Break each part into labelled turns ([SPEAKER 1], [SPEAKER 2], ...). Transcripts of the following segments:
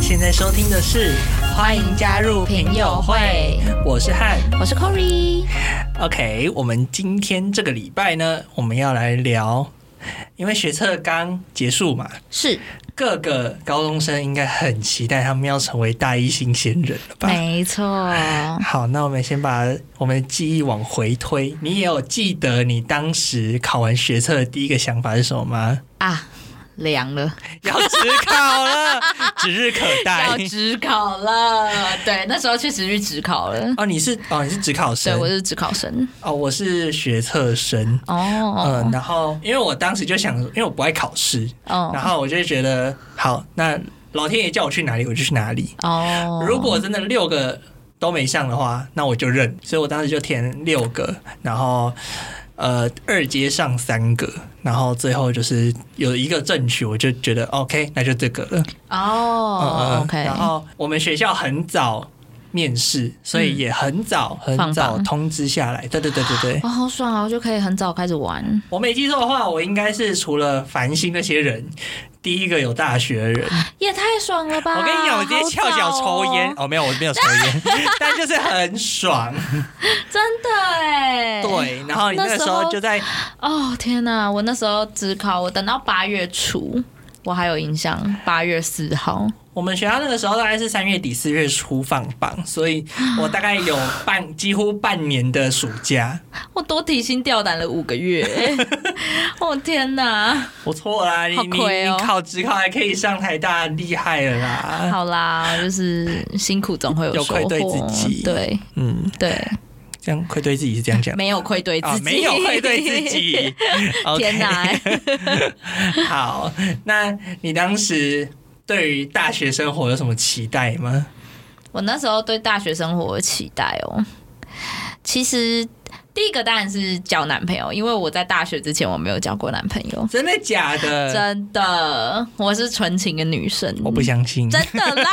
[SPEAKER 1] 现在收听的是《欢迎加入
[SPEAKER 2] 朋友会》，
[SPEAKER 1] 我是汉。
[SPEAKER 2] 我是 Corey，
[SPEAKER 1] OK，我们今天这个礼拜呢，我们要来聊，因为学测刚结束嘛，
[SPEAKER 2] 是
[SPEAKER 1] 各个高中生应该很期待他们要成为大一新鲜人了吧？
[SPEAKER 2] 没错，
[SPEAKER 1] 好，那我们先把我们的记忆往回推。你也有记得你当时考完学测的第一个想法是什么 吗？
[SPEAKER 2] 啊，凉了，
[SPEAKER 1] 要只考了，指日可待
[SPEAKER 2] 要。职考了。对，那时候确实是职考了。
[SPEAKER 1] 哦，你是哦，你是只考
[SPEAKER 2] 对，
[SPEAKER 1] 生
[SPEAKER 2] 我是职考生。
[SPEAKER 1] 哦，我是学测生。
[SPEAKER 2] 哦，
[SPEAKER 1] 嗯，然后因为我当时就想，因为我不爱考试，然
[SPEAKER 2] 哦，
[SPEAKER 1] 后我就觉得好，那老天爷叫我去哪里，我就去哪里。
[SPEAKER 2] 哦，
[SPEAKER 1] 如果真的六个都没上的话，那我就认。所以我当时就填六个，然后呃二阶上三个，然后最后就是有一个正取，我就觉得 OK，那就这个了。
[SPEAKER 2] 哦
[SPEAKER 1] 嗯
[SPEAKER 2] ，OK，
[SPEAKER 1] 然后我们学校很早。面试，所以也很早、很
[SPEAKER 2] 嗯放
[SPEAKER 1] 早
[SPEAKER 2] 榜
[SPEAKER 1] 通知下来。对对对对对，
[SPEAKER 2] 哇，好爽啊！我就可以很早开始玩。
[SPEAKER 1] 我没记错的话，我应该是除了繁星那些人，第一个有大学的人。
[SPEAKER 2] 也太爽了吧！
[SPEAKER 1] 我跟你讲，我直接翘脚抽烟
[SPEAKER 2] 好早哦
[SPEAKER 1] 哦没有，我没有抽 烟，但就是很爽。
[SPEAKER 2] 真的哎。
[SPEAKER 1] 对，然后你那
[SPEAKER 2] 那
[SPEAKER 1] 个时
[SPEAKER 2] 时
[SPEAKER 1] 候
[SPEAKER 2] 候
[SPEAKER 1] 就在
[SPEAKER 2] 哦，天哪！我那时候只考，我等到八月初，我还有印象，八月四号。
[SPEAKER 1] 我们学校那个时候大概是三月底四月初放榜，所以我大概有半几乎半年的暑假。
[SPEAKER 2] 我多提心吊胆了五个月， 我、天哪！
[SPEAKER 1] 我错啦，你
[SPEAKER 2] 好
[SPEAKER 1] 你
[SPEAKER 2] 亏
[SPEAKER 1] 你
[SPEAKER 2] 哦
[SPEAKER 1] 考职考还可以上台大，厉害了 啦。
[SPEAKER 2] 好啦，就是辛苦总会
[SPEAKER 1] 有
[SPEAKER 2] 收
[SPEAKER 1] 愧
[SPEAKER 2] 获，
[SPEAKER 1] 对自己
[SPEAKER 2] 对
[SPEAKER 1] 嗯，
[SPEAKER 2] 对，
[SPEAKER 1] 这样愧对自己是这样讲
[SPEAKER 2] 没有愧对自己，
[SPEAKER 1] 啊、没有愧对自。 己。OK，
[SPEAKER 2] 天哪！
[SPEAKER 1] 好，那你当时对于大学生活有什么期待吗？
[SPEAKER 2] 我那时候对大学生活的期待哦，其实第一个当然是交男朋友，因为我在大学之前我没有交过男朋友，
[SPEAKER 1] 真的假的？
[SPEAKER 2] 真的，我是纯情的女生，
[SPEAKER 1] 呃我不相信。
[SPEAKER 2] 真的 啦。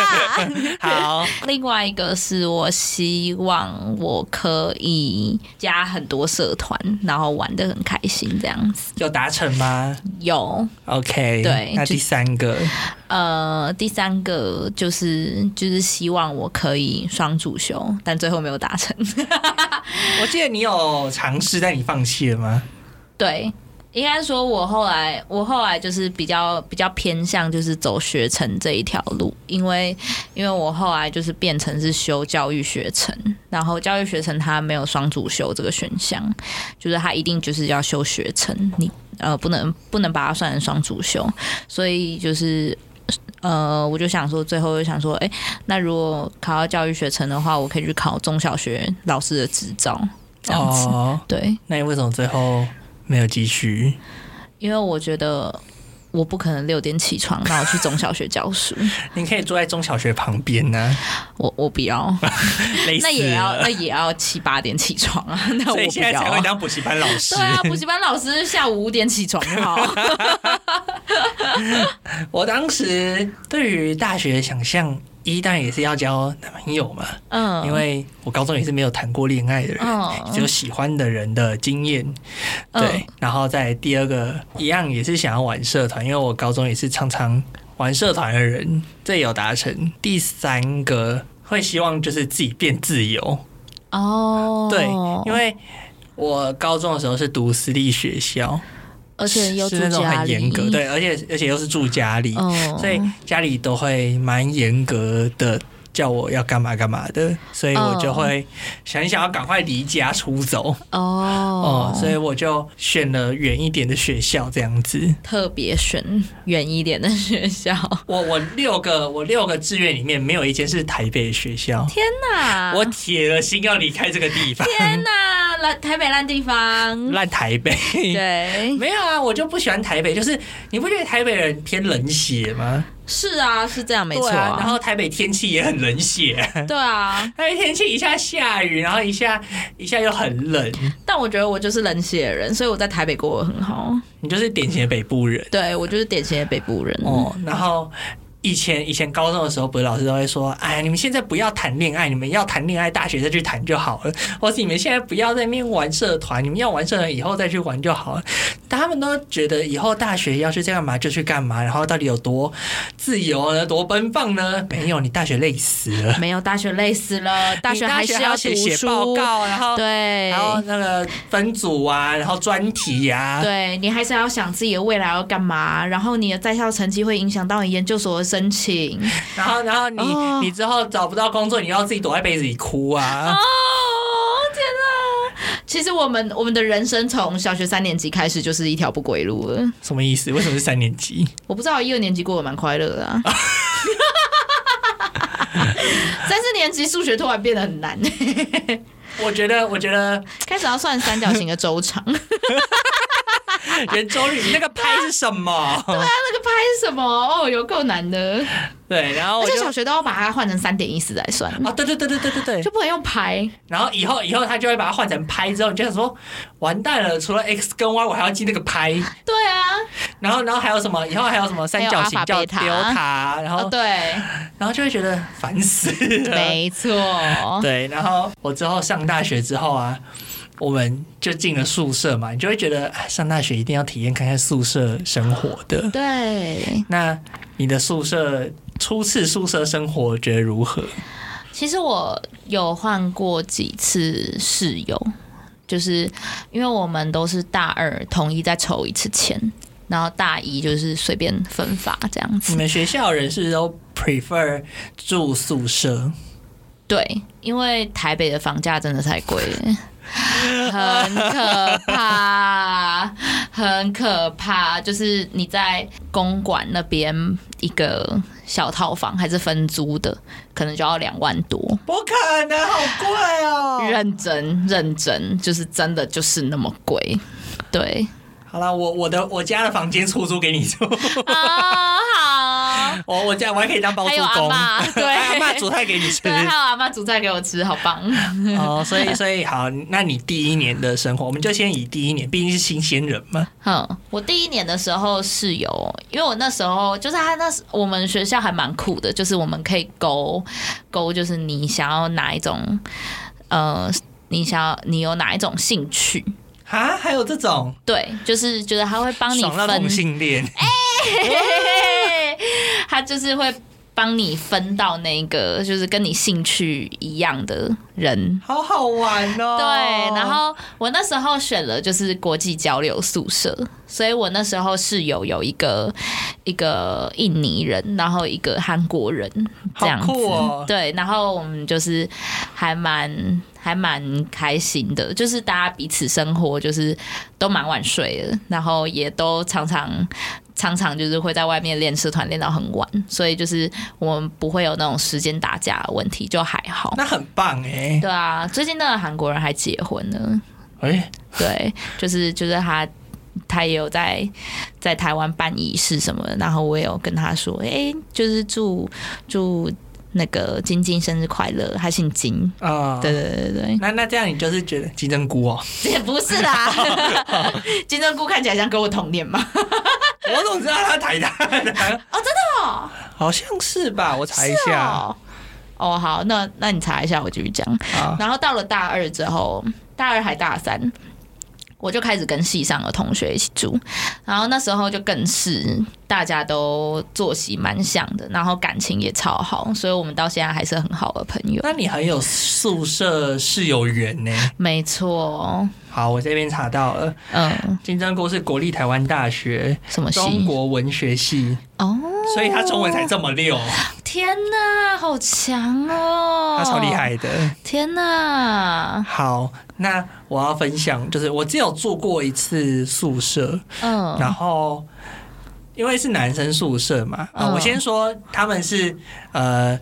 [SPEAKER 1] 好，
[SPEAKER 2] 另外一个是我希望我可以加很多社团，然后玩的很开心这样子。
[SPEAKER 1] 有达成吗
[SPEAKER 2] 有，
[SPEAKER 1] ？OK，
[SPEAKER 2] 对
[SPEAKER 1] 那
[SPEAKER 2] 就
[SPEAKER 1] 第三个，
[SPEAKER 2] 呃，第三个就是就是希望我可以双主修，但最后没有达成。
[SPEAKER 1] 我记得你有尝试，但你放弃了吗？
[SPEAKER 2] 对，应该说我后来我后来就是比较比较偏向就是走学程这一条路，因为因为我后来就是变成是修教育学程，然后教育学程它没有双主修这个选项，就是它一定就是要修学程，你呃不能不能把它算成双主修，所以就是。呃，我就想说，最后就想说，哎、那如果考到教育学程的话，我可以去考中小学老师的执照，这样子。
[SPEAKER 1] 哦，
[SPEAKER 2] 对，
[SPEAKER 1] 那你为什么最后没有继续？
[SPEAKER 2] 因为我觉得我不可能六点起床，然后去中小学教书，
[SPEAKER 1] 你可以坐在中小学旁边啊呢、
[SPEAKER 2] 我我不要，
[SPEAKER 1] 累死
[SPEAKER 2] 那
[SPEAKER 1] 了
[SPEAKER 2] 也要那也要七八点起床啊， 那
[SPEAKER 1] 所
[SPEAKER 2] 我
[SPEAKER 1] 以
[SPEAKER 2] 不
[SPEAKER 1] 现在
[SPEAKER 2] 要
[SPEAKER 1] 才会
[SPEAKER 2] 啊、
[SPEAKER 1] 当补习班老师
[SPEAKER 2] 对。啊，补习班老师下午五点起床 就好。
[SPEAKER 1] 我当时对于大学的想象，一当然也是要交男朋友嘛，
[SPEAKER 2] 嗯，
[SPEAKER 1] 因为我高中也是没有谈过恋爱的人，
[SPEAKER 2] 嗯
[SPEAKER 1] 只有喜欢的人的经验。
[SPEAKER 2] 嗯
[SPEAKER 1] 对，然后再第二个一样也是想要玩社团，因为我高中也是常常玩社团的人，这也有达成。第三个会希望就是自己变自由，
[SPEAKER 2] 哦，
[SPEAKER 1] 对，因为我高中的时候是读私立学校，
[SPEAKER 2] 而且又住
[SPEAKER 1] 是那种
[SPEAKER 2] 家
[SPEAKER 1] 很
[SPEAKER 2] 里，
[SPEAKER 1] 严格，对，而且而且又是住家里，
[SPEAKER 2] 哦，
[SPEAKER 1] 所以家里都会蛮严格的。叫我要干嘛干嘛的，所以我就
[SPEAKER 2] 哦
[SPEAKER 1] 会想想要赶快离家出走哦、
[SPEAKER 2] 哦，
[SPEAKER 1] 所以我就选了远一点的学校这样子。
[SPEAKER 2] 特别选远一点的 学校。
[SPEAKER 1] 我我六个我六个志愿里面没有一间是台北的学校，
[SPEAKER 2] 天哪，
[SPEAKER 1] 我铁了心要离开这个地方，
[SPEAKER 2] 天啊哪，烂台北烂地 方，
[SPEAKER 1] 烂台北。
[SPEAKER 2] 对，
[SPEAKER 1] 没有啊，我就不喜欢台北，就是你不觉得台北人偏冷血吗？
[SPEAKER 2] 是啊，是这样没
[SPEAKER 1] 对
[SPEAKER 2] 错
[SPEAKER 1] 啊，然后台北天气也很冷 血，
[SPEAKER 2] 对啊，
[SPEAKER 1] 台北天气一下下雨，然后一下一下又很冷，
[SPEAKER 2] 但我觉得我就是冷血人，所以我在台北过得很好。
[SPEAKER 1] 你就是典型的北部人
[SPEAKER 2] 对我就是典型的北部人。
[SPEAKER 1] 哦。然后以前以前高中的时候，不是老师都会说，哎，你们现在不要谈恋爱，你们要谈恋爱，大学再去谈就好了，或是你们现在不要在那边玩社团，你们要玩社团以后再去玩就好了。但他们都觉得以后大学要去干嘛就去干嘛，然后到底有多自由呢，多奔放呢？没有，你大学累死了，
[SPEAKER 2] 没有大学累死了，大学
[SPEAKER 1] 你大
[SPEAKER 2] 还
[SPEAKER 1] 学
[SPEAKER 2] 是
[SPEAKER 1] 还要
[SPEAKER 2] 读
[SPEAKER 1] 写写
[SPEAKER 2] 书，
[SPEAKER 1] 报告，然后
[SPEAKER 2] 对，
[SPEAKER 1] 然后那个分组啊，然后专题呀、啊，
[SPEAKER 2] 对你还是要想自己的未来要干嘛，然后你的在校成绩会影响到你研究所的 申请。
[SPEAKER 1] 然后然后你、
[SPEAKER 2] 哦
[SPEAKER 1] 你之后找不到工作，你要自己躲在被子里哭啊
[SPEAKER 2] 哦，，天哪！其实我们我们的人生从小学三年级开始就是一条不归路了。
[SPEAKER 1] 什么意思？为什么是三年级？
[SPEAKER 2] 我不知道一二年级过得蛮快乐 的、啊。三四年级数学突然变得很难，
[SPEAKER 1] 我觉得，我觉得
[SPEAKER 2] 开始要算三角形的周长。
[SPEAKER 1] 圆周率你那个拍是什么？
[SPEAKER 2] 那个拍什么？哦，有够难的，
[SPEAKER 1] 对，然后
[SPEAKER 2] 而
[SPEAKER 1] 我
[SPEAKER 2] 且
[SPEAKER 1] 就
[SPEAKER 2] 小学都要把它换成三点一四来算，
[SPEAKER 1] 哦，对对对对对对对
[SPEAKER 2] 就，不能用排。
[SPEAKER 1] 然后以后以后他就会把它换成拍，之后你就想说，完蛋了，除了 x 跟 y，我还要记那个拍，
[SPEAKER 2] 对啊，
[SPEAKER 1] 然后然后还有什么？以后还有什么三角形
[SPEAKER 2] 还有
[SPEAKER 1] 叫丢
[SPEAKER 2] alpha beta
[SPEAKER 1] 塔，然后、
[SPEAKER 2] 哦啊对，
[SPEAKER 1] 然后就会觉得烦死了。
[SPEAKER 2] 没错。哦
[SPEAKER 1] 对，然后我之后上大学之后啊，我们就进了宿舍嘛，你就会觉得哎上大学一定要体验看看宿舍生活的。
[SPEAKER 2] 对，
[SPEAKER 1] 那你的宿舍初次宿舍生活觉得如何？
[SPEAKER 2] 其实我有换过几次室友，就是因为我们都是大二统一再筹一次钱，然后大一就是随便分发这样
[SPEAKER 1] 你
[SPEAKER 2] 子。
[SPEAKER 1] 们学校人是都 prefer 住宿舍，
[SPEAKER 2] 对，因为台北的房价真的太贵了。很可 怕，很可怕。就是你在公馆那边一个小套房，还是分租的，可能就要两万多。
[SPEAKER 1] 不可能，好贵哦！
[SPEAKER 2] 认真认真，就是真的就是那么贵， 对
[SPEAKER 1] 好了，我我的我家的房间出租给你住，
[SPEAKER 2] 啊、好，
[SPEAKER 1] 我我家我还可以当包租
[SPEAKER 2] 还有阿
[SPEAKER 1] 公，
[SPEAKER 2] 嬷 对
[SPEAKER 1] 阿妈煮菜给你吃
[SPEAKER 2] 对，还有阿妈煮菜给我吃，好棒。
[SPEAKER 1] 哦，所以所以好，那你第一年的生活，我们就先以第一年，毕竟是新鲜人嘛，
[SPEAKER 2] 嗯，我第一年的时候是有，因为我那时候就是他那时我们学校还蛮酷的，就是我们可以勾勾，就是你想要哪一种，呃，你想要你有哪一种兴趣，
[SPEAKER 1] 啊，还有这种
[SPEAKER 2] 对，就是就是他会帮你
[SPEAKER 1] 爽到同
[SPEAKER 2] 分
[SPEAKER 1] 性恋，
[SPEAKER 2] 嘿嘿嘿他就是会帮你分到那个就是跟你兴趣一样的人。
[SPEAKER 1] 好好玩哦。
[SPEAKER 2] 对，然后我那时候选了就是国际交流宿舍，所以我那时候室友有一个一个印尼人，然后一个韩国人这样
[SPEAKER 1] 好
[SPEAKER 2] 子。
[SPEAKER 1] 酷哦
[SPEAKER 2] 对，然后我们就是还蛮还蛮开心的，就是大家彼此生活就是都蛮晚睡的，然后也都常常常常就是会在外面练社团练到很晚，所以就是我们不会有那种时间打架的问题，就还好。
[SPEAKER 1] 那很棒哎、
[SPEAKER 2] 对啊，最近那个韩国人还结婚了，
[SPEAKER 1] 哎、
[SPEAKER 2] 对，就是就是他。他也有在在台湾办仪式什么的，然后我也有跟他说，哎、就是祝祝那个晶晶生日快乐，他姓金，
[SPEAKER 1] 啊、
[SPEAKER 2] 对对对对 对，
[SPEAKER 1] 那那这样你就是觉得金针菇 哦，
[SPEAKER 2] 也不是 啦，金针菇看起来像跟我同年嘛，
[SPEAKER 1] 我怎么知道他台大的？
[SPEAKER 2] 哦，真的哦，
[SPEAKER 1] 好像是吧，我查一
[SPEAKER 2] 是
[SPEAKER 1] 下
[SPEAKER 2] 哦，哦好，那那你查一下，我继续讲。
[SPEAKER 1] 啊。
[SPEAKER 2] 然后到了大二之后，大二还大三，我就开始跟系上的同学一起住，然后那时候就更是大家都作息蛮像的，然后感情也超好，所以我们到现在还是很好的朋友。
[SPEAKER 1] 那你很有宿舍室友缘呢、
[SPEAKER 2] 没错，
[SPEAKER 1] 好，我这边查到了，
[SPEAKER 2] 嗯，
[SPEAKER 1] 金针菇是国立台湾大学
[SPEAKER 2] 什么
[SPEAKER 1] 中
[SPEAKER 2] 系？
[SPEAKER 1] 国文学系，
[SPEAKER 2] 哦，
[SPEAKER 1] 所以他中文才这么溜，
[SPEAKER 2] 天哪，好强哦！
[SPEAKER 1] 他超厉！害的。
[SPEAKER 2] 天哪，
[SPEAKER 1] 好，那我要分享，就是我只有住过一次宿舍，
[SPEAKER 2] 嗯
[SPEAKER 1] 然后因为是男生宿舍嘛，啊、
[SPEAKER 2] 嗯
[SPEAKER 1] 我先说他们是呃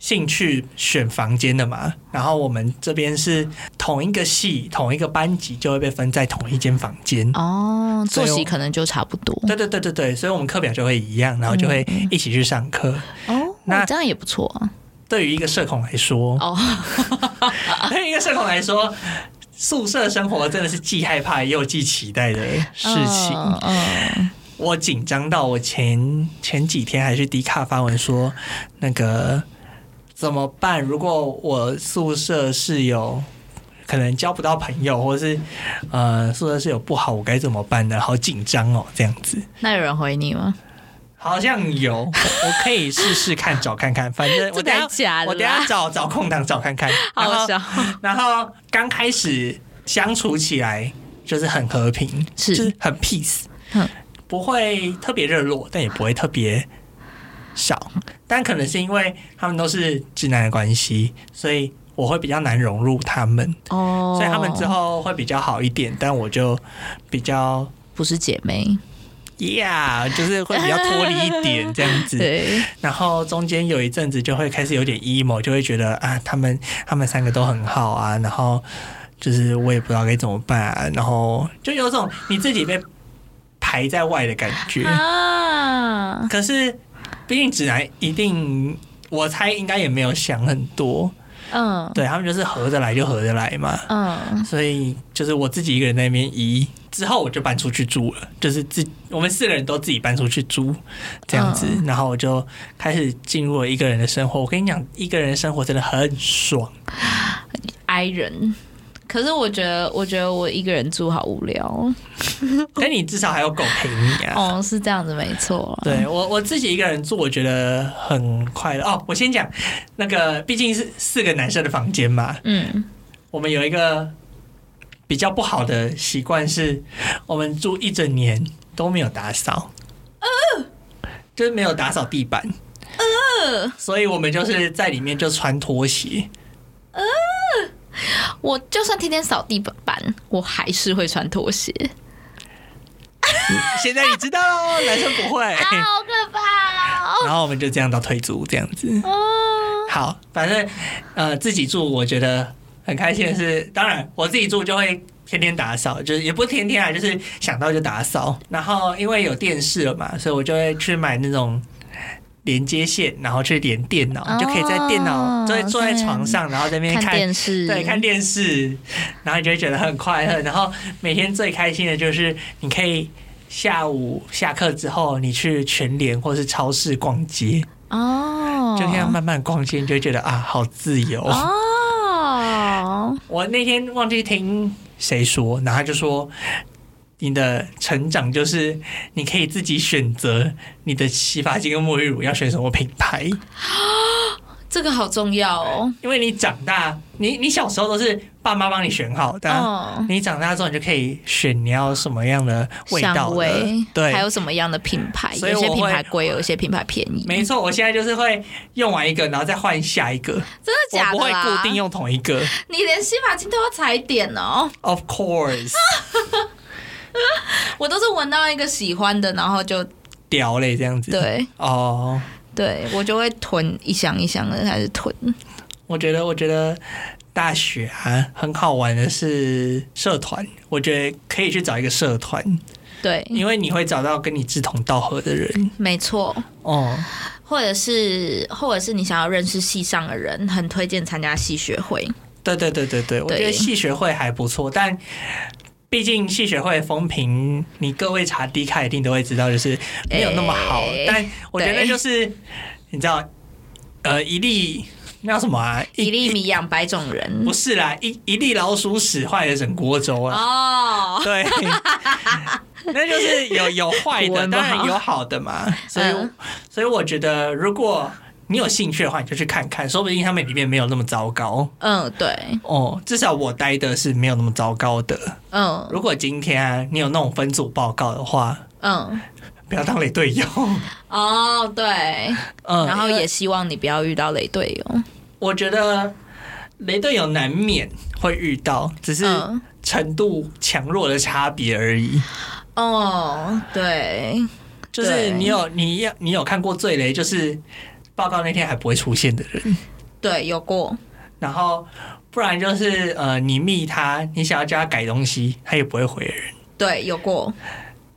[SPEAKER 1] 兴趣选房间的嘛，然后我们这边是同一个系、同一个班级就会被分在同一间房间。
[SPEAKER 2] 哦，
[SPEAKER 1] 所
[SPEAKER 2] 作
[SPEAKER 1] 以我
[SPEAKER 2] 息可能就差不多
[SPEAKER 1] 对对对对对，所以我们课表就会一样，然后就会
[SPEAKER 2] 嗯
[SPEAKER 1] 一起去上课。
[SPEAKER 2] 哦，
[SPEAKER 1] 那
[SPEAKER 2] 这样也不错啊。
[SPEAKER 1] 对于一个社恐来说，
[SPEAKER 2] 哦，
[SPEAKER 1] 对于一个社恐来说，宿舍生活真的是既害怕又既期待的事情。
[SPEAKER 2] 嗯嗯
[SPEAKER 1] 我紧张到我前前几天还去迪卡发文说，那个怎么办？如果我宿舍室友可能交不到朋友，或者是呃宿舍室友不好，我该怎么办呢？好紧张哦，这样子。
[SPEAKER 2] 那有人回你吗？
[SPEAKER 1] 好像有，我我可以试试看，找看看。反正我
[SPEAKER 2] 这
[SPEAKER 1] 等一
[SPEAKER 2] 太
[SPEAKER 1] 下
[SPEAKER 2] 假了啦，
[SPEAKER 1] 我等一下 找找空档找看看。然
[SPEAKER 2] 好
[SPEAKER 1] 后
[SPEAKER 2] 笑。
[SPEAKER 1] 然后刚开始相处起来就是很和平，
[SPEAKER 2] 是
[SPEAKER 1] 就是很 peace，
[SPEAKER 2] 嗯
[SPEAKER 1] 不会特别热络，但也不会特别少。但可能是因为他们都是直男的关系，所以我会比较难融入他们，
[SPEAKER 2] 哦，
[SPEAKER 1] 所以他们之后会比较好一点，但我就比较
[SPEAKER 2] 不是姐妹，
[SPEAKER 1] yeah，就是会比较脱离一点这样 子。
[SPEAKER 2] 对，
[SPEAKER 1] 然后中间有一阵子就会开始有点 emo，就会觉得啊，他们他们三个都很好啊，然后就是我也不知道该怎么办、啊，然后就有种你自己被排在外的感觉。
[SPEAKER 2] 啊，
[SPEAKER 1] 可是毕竟直男一定，我猜应该也没有想很多，
[SPEAKER 2] 嗯
[SPEAKER 1] 对他们就是合得来就合得来嘛。
[SPEAKER 2] 嗯，
[SPEAKER 1] 所以就是我自己一个人在那边移，之后我就搬出去住了，就是自我们四个人都自己搬出去住这样子，然后我就开始进入了一个人的生活。我跟你讲，一个人的生活真的很爽，
[SPEAKER 2] 哀人。可是我觉得，我觉得我一个人住好无聊哦。
[SPEAKER 1] 但你至少还有狗陪你啊。
[SPEAKER 2] 哦，是这样子，没错啊。
[SPEAKER 1] 对我我自己一个人住，我觉得很快乐哦。我先讲那个，毕竟是四个男生的房间嘛，
[SPEAKER 2] 嗯，
[SPEAKER 1] 我们有一个比较不好的习惯是，我们住一整年都没有打扫，就是没有打扫地板，所以我们就是在里面就穿拖鞋，
[SPEAKER 2] 我就算天天扫地板，我还是会穿拖鞋。
[SPEAKER 1] 现在你知道喽，男生不会
[SPEAKER 2] 啊，，好可怕哦！
[SPEAKER 1] 然后我们就这样到退租这样子。
[SPEAKER 2] 哦
[SPEAKER 1] 好，反正呃自己住我觉得很开心的是，当然我自己住就会天天打扫，就是也不是天天啊，就是想到就打扫。然后因为有电视了嘛，所以我就会去买那种。连接线，然后去连电脑，
[SPEAKER 2] 哦
[SPEAKER 1] 就可以在电脑坐坐在床上，然后在那边哎看
[SPEAKER 2] 看电视，
[SPEAKER 1] 对，看电视，然后你就会觉得很快乐。然后每天最开心的就是你可以下午下课之后，你去全联或是超市逛街，
[SPEAKER 2] 哦，
[SPEAKER 1] 就这样慢慢逛街，你就会觉得啊，好自由。
[SPEAKER 2] 哦，
[SPEAKER 1] 我那天忘记听谁说，然后他就说，你的成长就是你可以自己选择你的洗发精跟沐浴乳要选什么品牌，
[SPEAKER 2] 这个好重要哦。
[SPEAKER 1] 因为你长大，你你小时候都是爸妈帮你选好的啊、
[SPEAKER 2] 嗯，
[SPEAKER 1] 你长大之后，你就可以选你要什么样的味道了
[SPEAKER 2] 香味，
[SPEAKER 1] 对，
[SPEAKER 2] 还有什么样的品牌？
[SPEAKER 1] 所以
[SPEAKER 2] 有些
[SPEAKER 1] 我
[SPEAKER 2] 品
[SPEAKER 1] 会
[SPEAKER 2] 牌贵，有些品牌便宜。
[SPEAKER 1] 没错，我现在就是会用完一个，然后再换下一个，
[SPEAKER 2] 真的假
[SPEAKER 1] 我
[SPEAKER 2] 的
[SPEAKER 1] 不会
[SPEAKER 2] 啦？
[SPEAKER 1] 固定用同一个。
[SPEAKER 2] 你连洗发精都要踩点哦！
[SPEAKER 1] Of course，
[SPEAKER 2] 我都是闻到一个喜欢的，然后就
[SPEAKER 1] 嗯屌嘞，这样子。，
[SPEAKER 2] 对
[SPEAKER 1] 哦，
[SPEAKER 2] 对，我就会囤一箱一箱的开始囤。
[SPEAKER 1] 我觉得，我觉得大学啊，很好玩的是社团，我觉得可以去找一个社团，
[SPEAKER 2] 对，
[SPEAKER 1] 因为你会找到跟你志同道合的人。
[SPEAKER 2] 没错，
[SPEAKER 1] 哦，
[SPEAKER 2] 或者是或者是你想要认识系上的人，很推荐参加系学会。
[SPEAKER 1] 对对对对对，我觉得戏学会还不错，但毕竟戏学会风评，你各位查低卡一定都会知道，就是没有那么好。
[SPEAKER 2] 哎
[SPEAKER 1] 但我觉得
[SPEAKER 2] 对
[SPEAKER 1] 就是你知道，呃，一粒那叫什么啊？
[SPEAKER 2] 一粒米养百种人
[SPEAKER 1] 不是啦，一一粒老鼠屎坏了整锅粥啊！
[SPEAKER 2] 哦，
[SPEAKER 1] 对， 那就是有有坏
[SPEAKER 2] 图
[SPEAKER 1] 的，
[SPEAKER 2] 文不
[SPEAKER 1] 当
[SPEAKER 2] 好
[SPEAKER 1] 然有好的嘛。所以，
[SPEAKER 2] 啊嗯
[SPEAKER 1] 所以我觉得，如果你有兴趣的话，你就去看看，说不定他们里面没有那么糟糕。
[SPEAKER 2] 嗯，对，
[SPEAKER 1] 哦，至少我待的是没有那么糟糕的。
[SPEAKER 2] 嗯
[SPEAKER 1] 如果今天、啊、你有那种分组报告的话，
[SPEAKER 2] 嗯，
[SPEAKER 1] 不要当雷队 友。
[SPEAKER 2] 哦，对，
[SPEAKER 1] 嗯，
[SPEAKER 2] 然后
[SPEAKER 1] 因
[SPEAKER 2] 也
[SPEAKER 1] 为
[SPEAKER 2] 希望你不要遇到雷队友。
[SPEAKER 1] 我觉得雷队友难免会遇到，只是
[SPEAKER 2] 嗯，
[SPEAKER 1] 程度强弱的差别而已。
[SPEAKER 2] 哦，对，
[SPEAKER 1] 就是
[SPEAKER 2] 对
[SPEAKER 1] 你有你要你有看过最雷，就是报告那天还不会出现的人，
[SPEAKER 2] 对，有过，
[SPEAKER 1] 然后不然就是呃你密他，你想要叫他改东西，他也不会回的人。
[SPEAKER 2] 对，有过，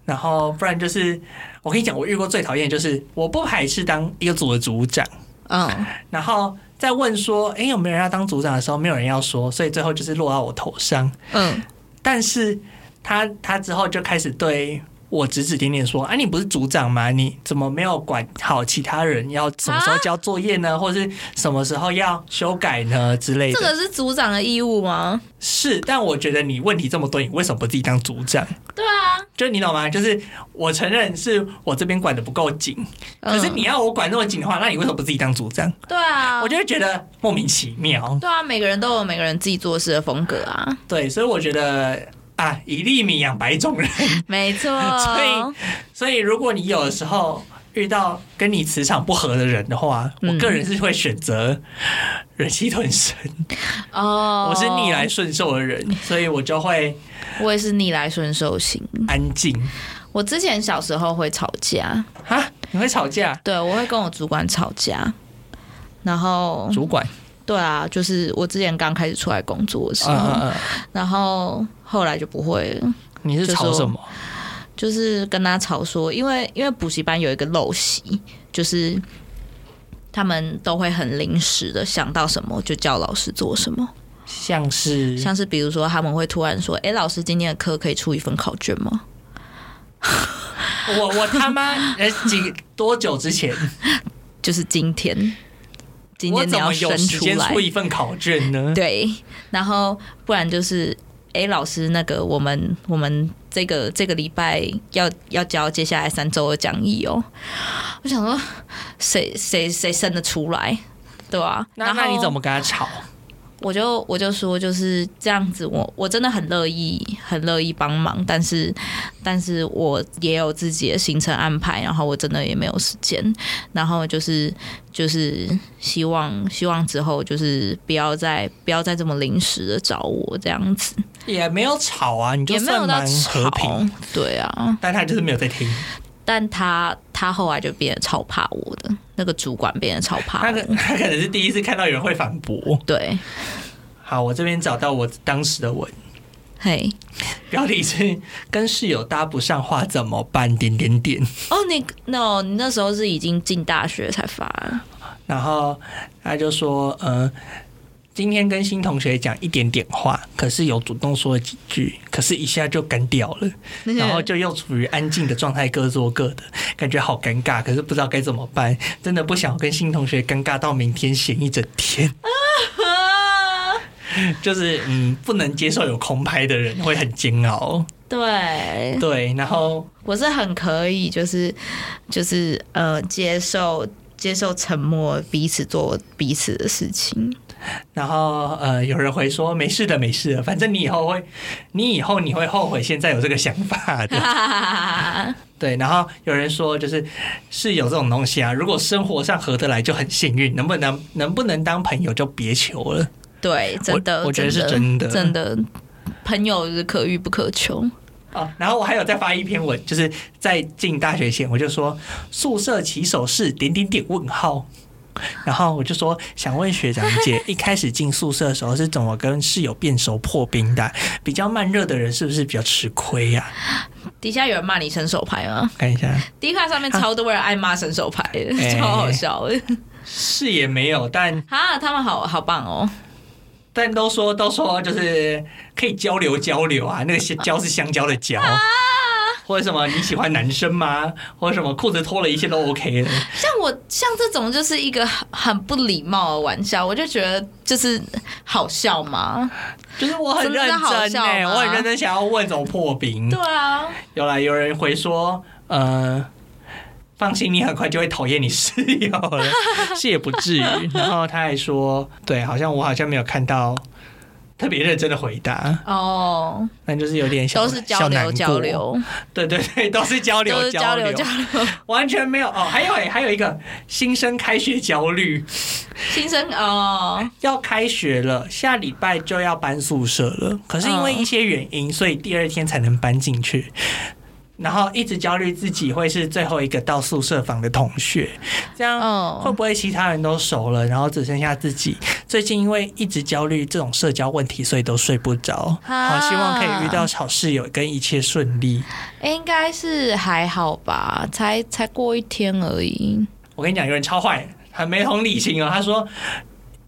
[SPEAKER 1] 然后不然就是，我跟你讲，我遇过最讨厌的就是，我不排斥当一个组的组长，
[SPEAKER 2] 嗯，
[SPEAKER 1] 然后在问说，诶，有没有人要当组长的时候，没有人要说，所以最后就是落到我头上。
[SPEAKER 2] 嗯，
[SPEAKER 1] 但是他他之后就开始对我指指点点说，哎、啊，你不是组长吗？你怎么没有管好其他人？要什么时候交作业呢？或者是什么时候要修改呢之类
[SPEAKER 2] 啊这
[SPEAKER 1] 的？
[SPEAKER 2] 个是组长的义务吗？
[SPEAKER 1] 是，但我觉得你问题这么多，你为什么不自己当组长？
[SPEAKER 2] 对啊，
[SPEAKER 1] 就你懂吗？就是我承认是我这边管的不够紧，可是
[SPEAKER 2] 嗯
[SPEAKER 1] 你要我管那么紧的话，那你为什么不自己当组长？
[SPEAKER 2] 对啊，
[SPEAKER 1] 我就会觉得莫名其妙。
[SPEAKER 2] 对啊，每个人都有每个人自己做事的风格啊，
[SPEAKER 1] 对，所以我觉得啊，一粒米养百种人。
[SPEAKER 2] 没错。
[SPEAKER 1] 所以所以，如果你有的时候遇到跟你磁场不合的人的话，
[SPEAKER 2] 嗯
[SPEAKER 1] 我个人是会选择忍气吞声。
[SPEAKER 2] 哦，嗯
[SPEAKER 1] 我是逆来，顺受的人，所以我就会
[SPEAKER 2] 我也是逆来顺受型。
[SPEAKER 1] 安静。
[SPEAKER 2] 我之前小时候会吵架，
[SPEAKER 1] 哈，你会吵架？
[SPEAKER 2] 对我会跟我主管吵架，然后
[SPEAKER 1] 主管，
[SPEAKER 2] 对啊，就是我之前刚开始出来工作的时
[SPEAKER 1] 嗯
[SPEAKER 2] 候，
[SPEAKER 1] 嗯嗯，
[SPEAKER 2] 然后后来就不会了，
[SPEAKER 1] 你是吵什么？
[SPEAKER 2] 就是跟他吵说，因为因为补习班有一个陋习，就是他们都会很临时的想到什么就叫老师做什么，
[SPEAKER 1] 像是
[SPEAKER 2] 像是比如说他们会突然说，哎、老师今天的课可以出一份考卷吗？
[SPEAKER 1] 我我他 妈呃几多久之前，
[SPEAKER 2] 就是今天，今
[SPEAKER 1] 我
[SPEAKER 2] 天你
[SPEAKER 1] 怎
[SPEAKER 2] 要
[SPEAKER 1] 么有
[SPEAKER 2] 生
[SPEAKER 1] 时
[SPEAKER 2] 出
[SPEAKER 1] 间
[SPEAKER 2] 来
[SPEAKER 1] 出，一份考卷呢？
[SPEAKER 2] 对，然后不然就是，哎、老师，那个我们我们这个这个礼拜要要交接下来三周的讲义哦。我想说，谁谁谁生得出来，对吧、啊？
[SPEAKER 1] 那
[SPEAKER 2] 然后
[SPEAKER 1] 那你怎么跟他吵？
[SPEAKER 2] 我就我就说就是这样子我，我真的很乐意很乐意帮忙，但是但是我也有自己的行程安排，然后我真的也没有时间，然后就是就是希望希望之后就是不要再不要再这么临时的找我这样子，
[SPEAKER 1] 也没有吵啊，你就
[SPEAKER 2] 也没有
[SPEAKER 1] 算
[SPEAKER 2] 到
[SPEAKER 1] 蛮和
[SPEAKER 2] 吵
[SPEAKER 1] 平，，
[SPEAKER 2] 对啊，
[SPEAKER 1] 但他就是没有在听。
[SPEAKER 2] 但他他后来就变得超怕我的，那个主管变得超怕
[SPEAKER 1] 他
[SPEAKER 2] 我
[SPEAKER 1] 可，他可能是第一次看到有人会反驳。
[SPEAKER 2] 对，
[SPEAKER 1] 好，我这边找到我当时的文，
[SPEAKER 2] 嘿，
[SPEAKER 1] 标题是“跟室友搭不上话怎么办？”点点点。
[SPEAKER 2] 哦你 no，你那时候是已经进大学才发了。
[SPEAKER 1] 然后他就说：“呃，今天跟新同学讲一点点话，可是有主动说了几句，可是一下就干掉了，
[SPEAKER 2] 嗯
[SPEAKER 1] 然后就又处于安静的状态，各做各的，感觉好尴尬，可是不知道该怎么办，真的不想跟新同学尴尬到明天闲一整天。”
[SPEAKER 2] 啊，
[SPEAKER 1] 就是嗯，不能接受有空拍的人会很煎熬。
[SPEAKER 2] 对，
[SPEAKER 1] 对，然后
[SPEAKER 2] 我是很可以，就是就是呃，接受接受沉默，彼此做彼此的事 情。
[SPEAKER 1] 然后呃，有人回说没事的，没事的，反正你以后会，你以后你会后悔现在有这个想 法的。对，然后有人说就是是有这种东西啊，如果生活上合得来就很幸运，能不能能不能当朋友就别求了。
[SPEAKER 2] 对，真的，
[SPEAKER 1] 我觉得是
[SPEAKER 2] 真
[SPEAKER 1] 真
[SPEAKER 2] 真的。朋友是可遇不可求，
[SPEAKER 1] 哦，然后我还有再发一篇文，就是在进大学前，我就说宿舍起手式点点点问号，然后我就说想问学长姐，一开始进宿舍的时候是怎么跟室友变熟破冰的啊？比较慢热的人是不是比较吃亏啊呀、
[SPEAKER 2] 底下有人骂你伸手牌吗？啊
[SPEAKER 1] 看一下，
[SPEAKER 2] 迪卡上面超多人爱骂伸手牌 的，
[SPEAKER 1] 哎
[SPEAKER 2] 超好笑的。
[SPEAKER 1] 是也没有，但
[SPEAKER 2] 啊，他们好好棒哦！
[SPEAKER 1] 但都说都说就是可以交流交流啊，那个香蕉是香蕉的蕉。
[SPEAKER 2] 啊
[SPEAKER 1] 或者什么你喜欢男生吗？或者什么裤子脱了一切都 OK 的，
[SPEAKER 2] 像我像这种就是一个很很不礼貌的玩笑，我就觉得就是好笑嘛。
[SPEAKER 1] 就是我很
[SPEAKER 2] 真的
[SPEAKER 1] 认
[SPEAKER 2] 好
[SPEAKER 1] 真
[SPEAKER 2] 笑
[SPEAKER 1] 呢、
[SPEAKER 2] 吗
[SPEAKER 1] 我很认真想要问怎么破冰。
[SPEAKER 2] 对啊，
[SPEAKER 1] 有啦，有人回说，呃，放心，你很快就会讨厌你室友 了，是也不至于。然后他还说，对，好像我好像没有看到特别认真的回答，
[SPEAKER 2] 哦，
[SPEAKER 1] 但就是有点小
[SPEAKER 2] 都是交流交，
[SPEAKER 1] 小难过
[SPEAKER 2] 流，
[SPEAKER 1] 对对对，都是交
[SPEAKER 2] 都
[SPEAKER 1] 流
[SPEAKER 2] 是交流
[SPEAKER 1] 流，
[SPEAKER 2] 交流。
[SPEAKER 1] 完全没有哦。还有、欸、还有一个新生开学焦虑，
[SPEAKER 2] 新生哦，
[SPEAKER 1] 要开学了，下礼拜就要搬宿舍了。可是因为一些原因，所以第二天才能搬进去。然后一直焦虑自己会是最后一个到宿舍房的同学，这样
[SPEAKER 2] 嗯
[SPEAKER 1] 会不会其他人都熟了，然后只剩下自己？最近因为一直焦虑这种社交问题，所以都睡不着。好
[SPEAKER 2] 啊
[SPEAKER 1] 希望可以遇到好室友，跟一切顺利。
[SPEAKER 2] 应该是还好吧，才才过一天 而已。
[SPEAKER 1] 我跟你讲，有人超坏，很没同理心哦。他说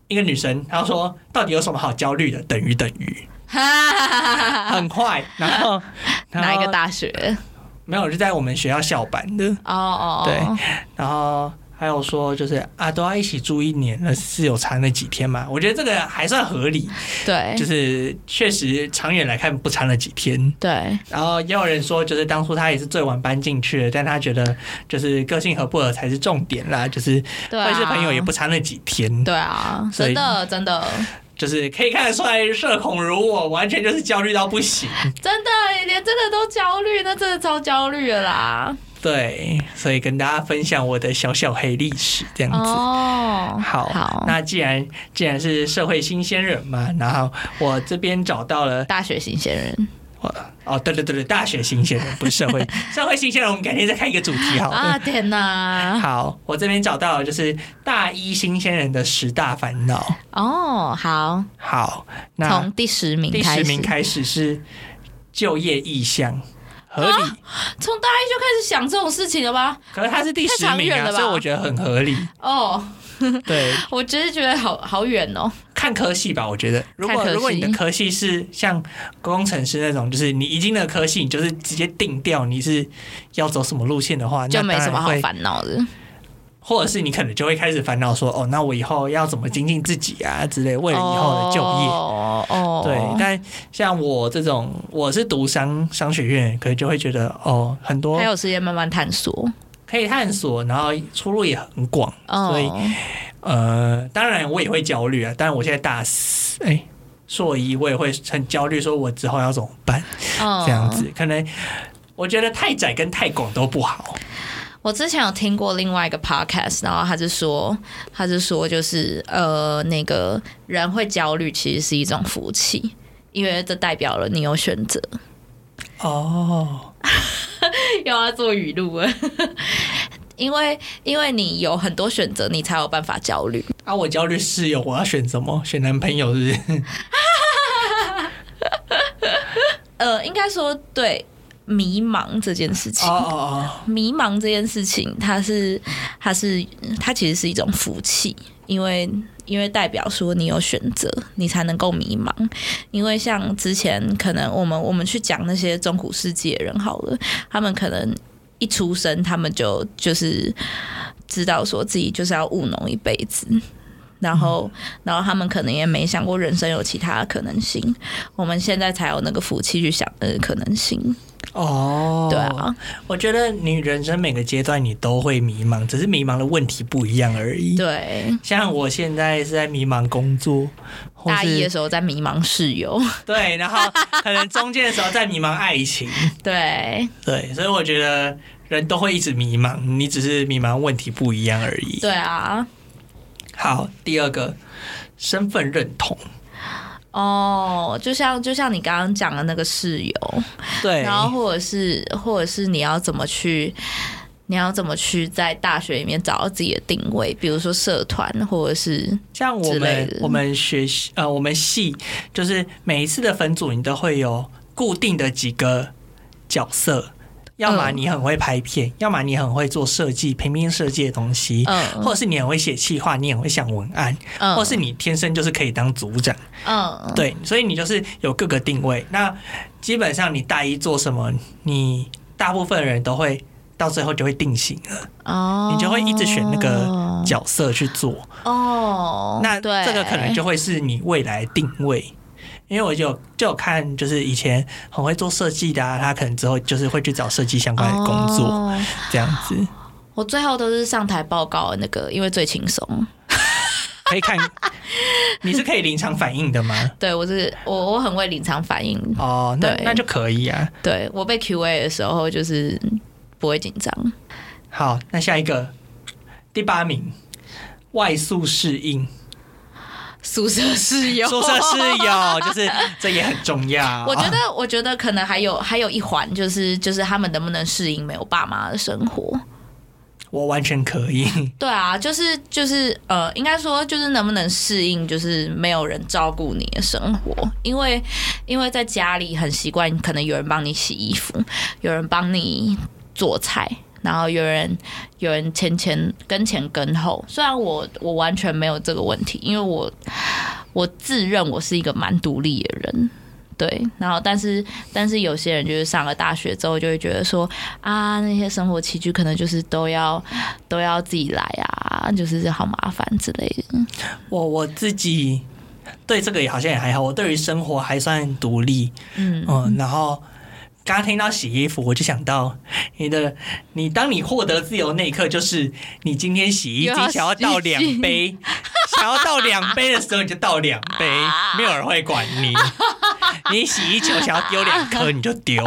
[SPEAKER 1] 一个女生，她说到底有什么好焦虑的？等于等于。
[SPEAKER 2] 哈哈哈哈哈
[SPEAKER 1] 很快，然后然后
[SPEAKER 2] 哪一个大学？
[SPEAKER 1] 没有，就在我们学校校版的。
[SPEAKER 2] 哦哦，
[SPEAKER 1] 对，然后还有说就是啊，都要一起住一年了，是有差那几天嘛？我觉得这个还算合理，
[SPEAKER 2] 对
[SPEAKER 1] 就是确实长远来看不差那几天。
[SPEAKER 2] 对
[SPEAKER 1] 然后也有人说，就是当初他也是最晚搬进去的，但他觉得就是个性合不合才是重点啦，就是
[SPEAKER 2] 对啊，
[SPEAKER 1] 会是朋友也不差那几天，
[SPEAKER 2] 对啊，
[SPEAKER 1] 所以
[SPEAKER 2] 真的真的
[SPEAKER 1] 就是可以看得出来，社恐如我，完全就是焦虑到不行。
[SPEAKER 2] 真的连这个都焦虑，那真的超焦虑了啦。
[SPEAKER 1] 对，所以跟大家分享我的小小黑历史这样子。
[SPEAKER 2] 哦，
[SPEAKER 1] 好，
[SPEAKER 2] 好，
[SPEAKER 1] 那既然既然是社会新鲜人嘛，然后我这边找到了，
[SPEAKER 2] 大学新鲜人
[SPEAKER 1] 我哦，对对对对，大学新鲜人不是社 会社会新鲜人，我们改天再开一个主题好了。
[SPEAKER 2] 啊，天哪！
[SPEAKER 1] 好，我这边找到了就是大一新鲜人的十大烦恼。
[SPEAKER 2] 哦，好，
[SPEAKER 1] 好，那
[SPEAKER 2] 从第十名
[SPEAKER 1] 第
[SPEAKER 2] 开
[SPEAKER 1] 十
[SPEAKER 2] 始，
[SPEAKER 1] 名开始是就业意向，合理，
[SPEAKER 2] 从大一就开始想这种事情了吧？
[SPEAKER 1] 可是它是第
[SPEAKER 2] 太
[SPEAKER 1] 十
[SPEAKER 2] 长
[SPEAKER 1] 名
[SPEAKER 2] 远
[SPEAKER 1] 啊，
[SPEAKER 2] 了吧
[SPEAKER 1] 所以我觉得很合 理。
[SPEAKER 2] 哦，
[SPEAKER 1] 对，
[SPEAKER 2] 我只是觉得好好远哦。
[SPEAKER 1] 看科系吧，我觉得，如
[SPEAKER 2] 看
[SPEAKER 1] 果
[SPEAKER 2] 科系
[SPEAKER 1] 如果你的科系是像工程师那种，就是你一进那个科系，你就是直接定掉你是要走什么路线的话，
[SPEAKER 2] 就没
[SPEAKER 1] 那当然
[SPEAKER 2] 什么好
[SPEAKER 1] 会
[SPEAKER 2] 烦恼的。
[SPEAKER 1] 或者是你可能就会开始烦恼说，哦，那我以后要怎么精进自己啊之类，为了以后的就业。
[SPEAKER 2] 哦哦，
[SPEAKER 1] 对，但像我这种，我是读商商学院，可能就会觉得哦，很多
[SPEAKER 2] 还有时间慢慢探索。
[SPEAKER 1] 可以探索，然后出路也很广，
[SPEAKER 2] 哦
[SPEAKER 1] 所以呃，当然我也会焦虑啊。当然我现在大四，哎、硕一我也会很焦虑，说我之后要怎么办？
[SPEAKER 2] 哦
[SPEAKER 1] 这样子，可能我觉得太窄跟太广都不好。
[SPEAKER 2] 我之前有听过另外一个 podcast，然后他是说，他是说就是呃，那个人会焦虑其实是一种福气，因为这代表了你有选择。
[SPEAKER 1] 哦，
[SPEAKER 2] 又要做语录了， 因为因为你有很多选择，你才有办法焦虑。
[SPEAKER 1] 啊，我焦虑室友，我要选什么？选男朋友是不是？
[SPEAKER 2] 呃，应该说对迷茫这件事情
[SPEAKER 1] 哦，哦哦，
[SPEAKER 2] 迷茫这件事情，它是它是它其实是一种福气，因为因为代表说你有选择，你才能够迷茫。因为像之前可能我们我们去讲那些中古世纪的人好了，他们可能一出生他们就就是知道说自己就是要务农一辈子。然后，然后他们可能也没想过人生有其他的可能性，我们现在才有那个福气去想呃可能性，
[SPEAKER 1] 哦，
[SPEAKER 2] 对啊，
[SPEAKER 1] 我觉得你人生每个阶段你都会迷茫，只是迷茫的问题不一样而已。
[SPEAKER 2] 对。啊
[SPEAKER 1] 像我现在是在迷茫工作，或
[SPEAKER 2] 大一的
[SPEAKER 1] 是
[SPEAKER 2] 时候在迷茫室友，
[SPEAKER 1] 对，然后可能中间的时候在迷茫爱情，
[SPEAKER 2] 对
[SPEAKER 1] 对，所以我觉得人都会一直迷茫，你只是迷茫问题不一样而已。
[SPEAKER 2] 对啊，
[SPEAKER 1] 好，第二个身份认同，
[SPEAKER 2] 哦，就像就像你刚刚讲的那个室友，
[SPEAKER 1] 对，
[SPEAKER 2] 然后或者是或者是你要怎么去，你要怎么去在大学里面找到自己的定位，比如说社团或者是
[SPEAKER 1] 像我
[SPEAKER 2] 之类
[SPEAKER 1] 们
[SPEAKER 2] 的
[SPEAKER 1] 我们学习呃我们系就是每一次的分组，你都会有固定的几个角色，要么
[SPEAKER 2] 嗯
[SPEAKER 1] 你很会拍片，要么你很会做设计平面设计的东西。
[SPEAKER 2] 嗯
[SPEAKER 1] 或者是你很会写企划，你很会想文案，
[SPEAKER 2] 嗯，
[SPEAKER 1] 或是你天生就是可以当组长，
[SPEAKER 2] 嗯
[SPEAKER 1] 对，所以你就是有各个定位。那基本上你大一做什么，你大部分人都会到最后就会定型了。
[SPEAKER 2] 哦，
[SPEAKER 1] 你就会一直选那个角色去做，
[SPEAKER 2] 哦，
[SPEAKER 1] 那
[SPEAKER 2] 对
[SPEAKER 1] 嗯这个可能就会是你未来定位。因为我就就有看，就是以前很会做设计的、啊，他可能之后就是会去找设计相关的工作，
[SPEAKER 2] 哦
[SPEAKER 1] 这样子
[SPEAKER 2] 我最后都是上台报告的那个，因为最轻松。
[SPEAKER 1] 可以看。你是可以临场反应的吗？
[SPEAKER 2] 对我是我我很会临场反应，
[SPEAKER 1] 哦，那
[SPEAKER 2] 对
[SPEAKER 1] 那就可以啊。
[SPEAKER 2] 对我被 Q&A 的时候，就是不会紧张。
[SPEAKER 1] 好，那下一个第八名，外宿适应，
[SPEAKER 2] 宿舍室友，
[SPEAKER 1] 宿舍室友，就是 这也很重要。 啊
[SPEAKER 2] 我觉得，我觉得可能还有还有一环，就是就是他们能不能适应没有爸妈的生活。
[SPEAKER 1] 我完全可以。
[SPEAKER 2] 对啊，就是就是呃，应该说就是能不能适应，就是没有人照顾你的生活，因为因为在家里很习惯，可能有人帮你洗衣服，有人帮你做菜。然后有人有人前前跟前跟后，虽然我我完全没有这个问题，因为我我自认我是一个蛮独立的人，对，然后但是但是有些人就是上了大学之后就会觉得说啊，那些生活起居可能就是都要都要自己来啊，就是好麻烦之类的。
[SPEAKER 1] 我我自己对这个也好像也还好，我对于生活还算独立，
[SPEAKER 2] 嗯，
[SPEAKER 1] 嗯，然后。刚刚听到洗衣服，我就想到你的，你当你获得自由那一刻，就是你今天洗衣
[SPEAKER 2] 又要
[SPEAKER 1] 机想要倒
[SPEAKER 2] 洗
[SPEAKER 1] 两 杯，想要倒两杯的时候你就倒两杯，没有人会管你。你洗衣球想要丢两颗你就丢，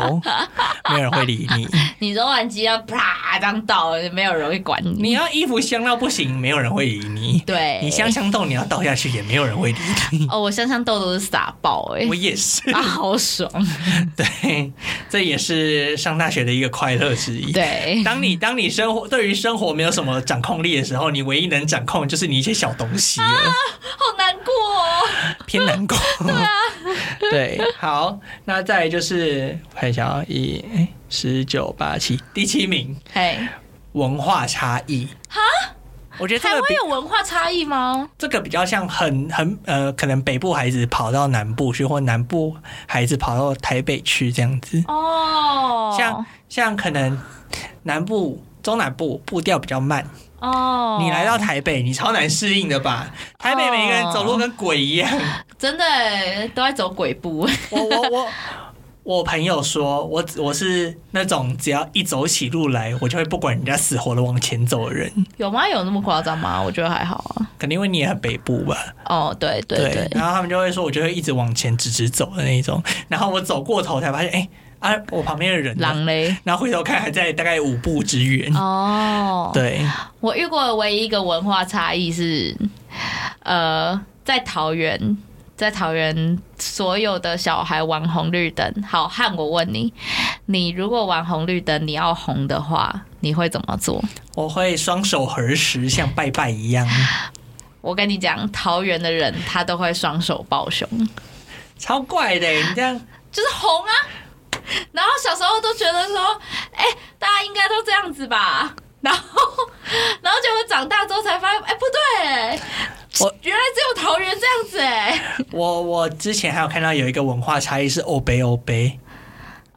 [SPEAKER 1] 没有人会理你。
[SPEAKER 2] 你柔软机要啪这样倒，没有人会管你。
[SPEAKER 1] 你要衣服香到不行，没有人会理你。
[SPEAKER 2] 对，
[SPEAKER 1] 你香香豆你要倒下去，也没有人会理你。
[SPEAKER 2] 哦，我香香豆都是撒爆哎、
[SPEAKER 1] 我也是，
[SPEAKER 2] 啊，好爽！
[SPEAKER 1] 对，这也是上大学的一个快乐之一。
[SPEAKER 2] 对，
[SPEAKER 1] 当你当你生活对于生活没有什么掌控力的时候，你唯一能掌控的就是你一些小东西
[SPEAKER 2] 啊
[SPEAKER 1] 了，
[SPEAKER 2] 好难过 哦。
[SPEAKER 1] 偏难过。对啊， 对，好，那再来就是我看一下啊，一十九八七第七名，
[SPEAKER 2] 嘿，
[SPEAKER 1] 文化差异。哈，我觉得这
[SPEAKER 2] 台
[SPEAKER 1] 个
[SPEAKER 2] 湾
[SPEAKER 1] 比
[SPEAKER 2] 有文化差异吗？
[SPEAKER 1] 这个比较像很很呃，可能北部孩子跑到南部去，或南部孩子跑到台北去这样子。
[SPEAKER 2] 哦，
[SPEAKER 1] 像像可能南部、中南部步调比较慢，
[SPEAKER 2] 哦，
[SPEAKER 1] 你来到台北，你超难适应的吧？台北每个人走路跟鬼一样。
[SPEAKER 2] 真的欸都在走鬼步，
[SPEAKER 1] 我我我我朋友说，我我是那种只要一走起路来，我就会不管人家死活的往前走的人。
[SPEAKER 2] 有吗？有那么夸张吗？我觉得还好啊。
[SPEAKER 1] 可能因为你也很北部吧，
[SPEAKER 2] 哦，对对对，
[SPEAKER 1] 然后他们就会说，我就会一直往前直直走的那一种。然后我走过头才发现，哎、啊，我旁边的人呢，
[SPEAKER 2] 狼嘞。
[SPEAKER 1] 然后回头看还在大概五步之远。
[SPEAKER 2] 哦，
[SPEAKER 1] 对，
[SPEAKER 2] 我遇过的唯一一个文化差异是，呃，在桃园，在桃园所有的小孩玩红绿灯。好汉，我问你，你如果玩红绿灯，你要红的话，你会怎么做？
[SPEAKER 1] 我会双手合十，像拜拜一 样，
[SPEAKER 2] 我跟你讲，桃园的人他都会双手抱胸，
[SPEAKER 1] 超怪的。你这样
[SPEAKER 2] 就是红啊。然后小时候都觉得说，哎、大家应该都这样子吧。然后，然后结果长大之后才发现，哎、不对，
[SPEAKER 1] 我
[SPEAKER 2] 原来只有桃园这样子哎、
[SPEAKER 1] 我我之前还有看到有一个文化差异是欧杯欧杯，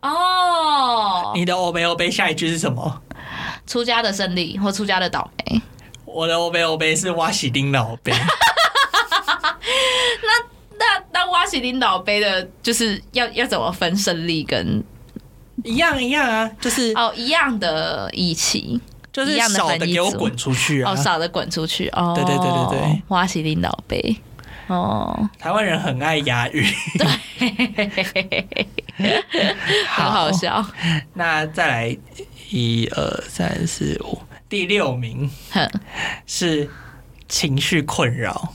[SPEAKER 2] 哦，
[SPEAKER 1] 你的欧杯欧杯下一句是什么？
[SPEAKER 2] 出家的胜利或出家的倒霉，
[SPEAKER 1] 我的欧杯欧杯是挖喜丁的欧 杯，
[SPEAKER 2] 那那挖起领导杯的，就是要要怎么分胜利跟
[SPEAKER 1] 一样一样啊，就是
[SPEAKER 2] 哦一样的义气，
[SPEAKER 1] 就是
[SPEAKER 2] 一样的
[SPEAKER 1] 少
[SPEAKER 2] 翻
[SPEAKER 1] 的
[SPEAKER 2] 译
[SPEAKER 1] 给我
[SPEAKER 2] 组
[SPEAKER 1] 滚出去啊
[SPEAKER 2] 哦！少的滚出去哦，
[SPEAKER 1] 对对对对对，
[SPEAKER 2] 挖起领导杯哦，
[SPEAKER 1] 台湾人很爱押 韵，
[SPEAKER 2] 嘿嘿嘿嘿嘿很好。笑，
[SPEAKER 1] 那再来一二三四五，第六名
[SPEAKER 2] 哼，
[SPEAKER 1] 是情绪困扰，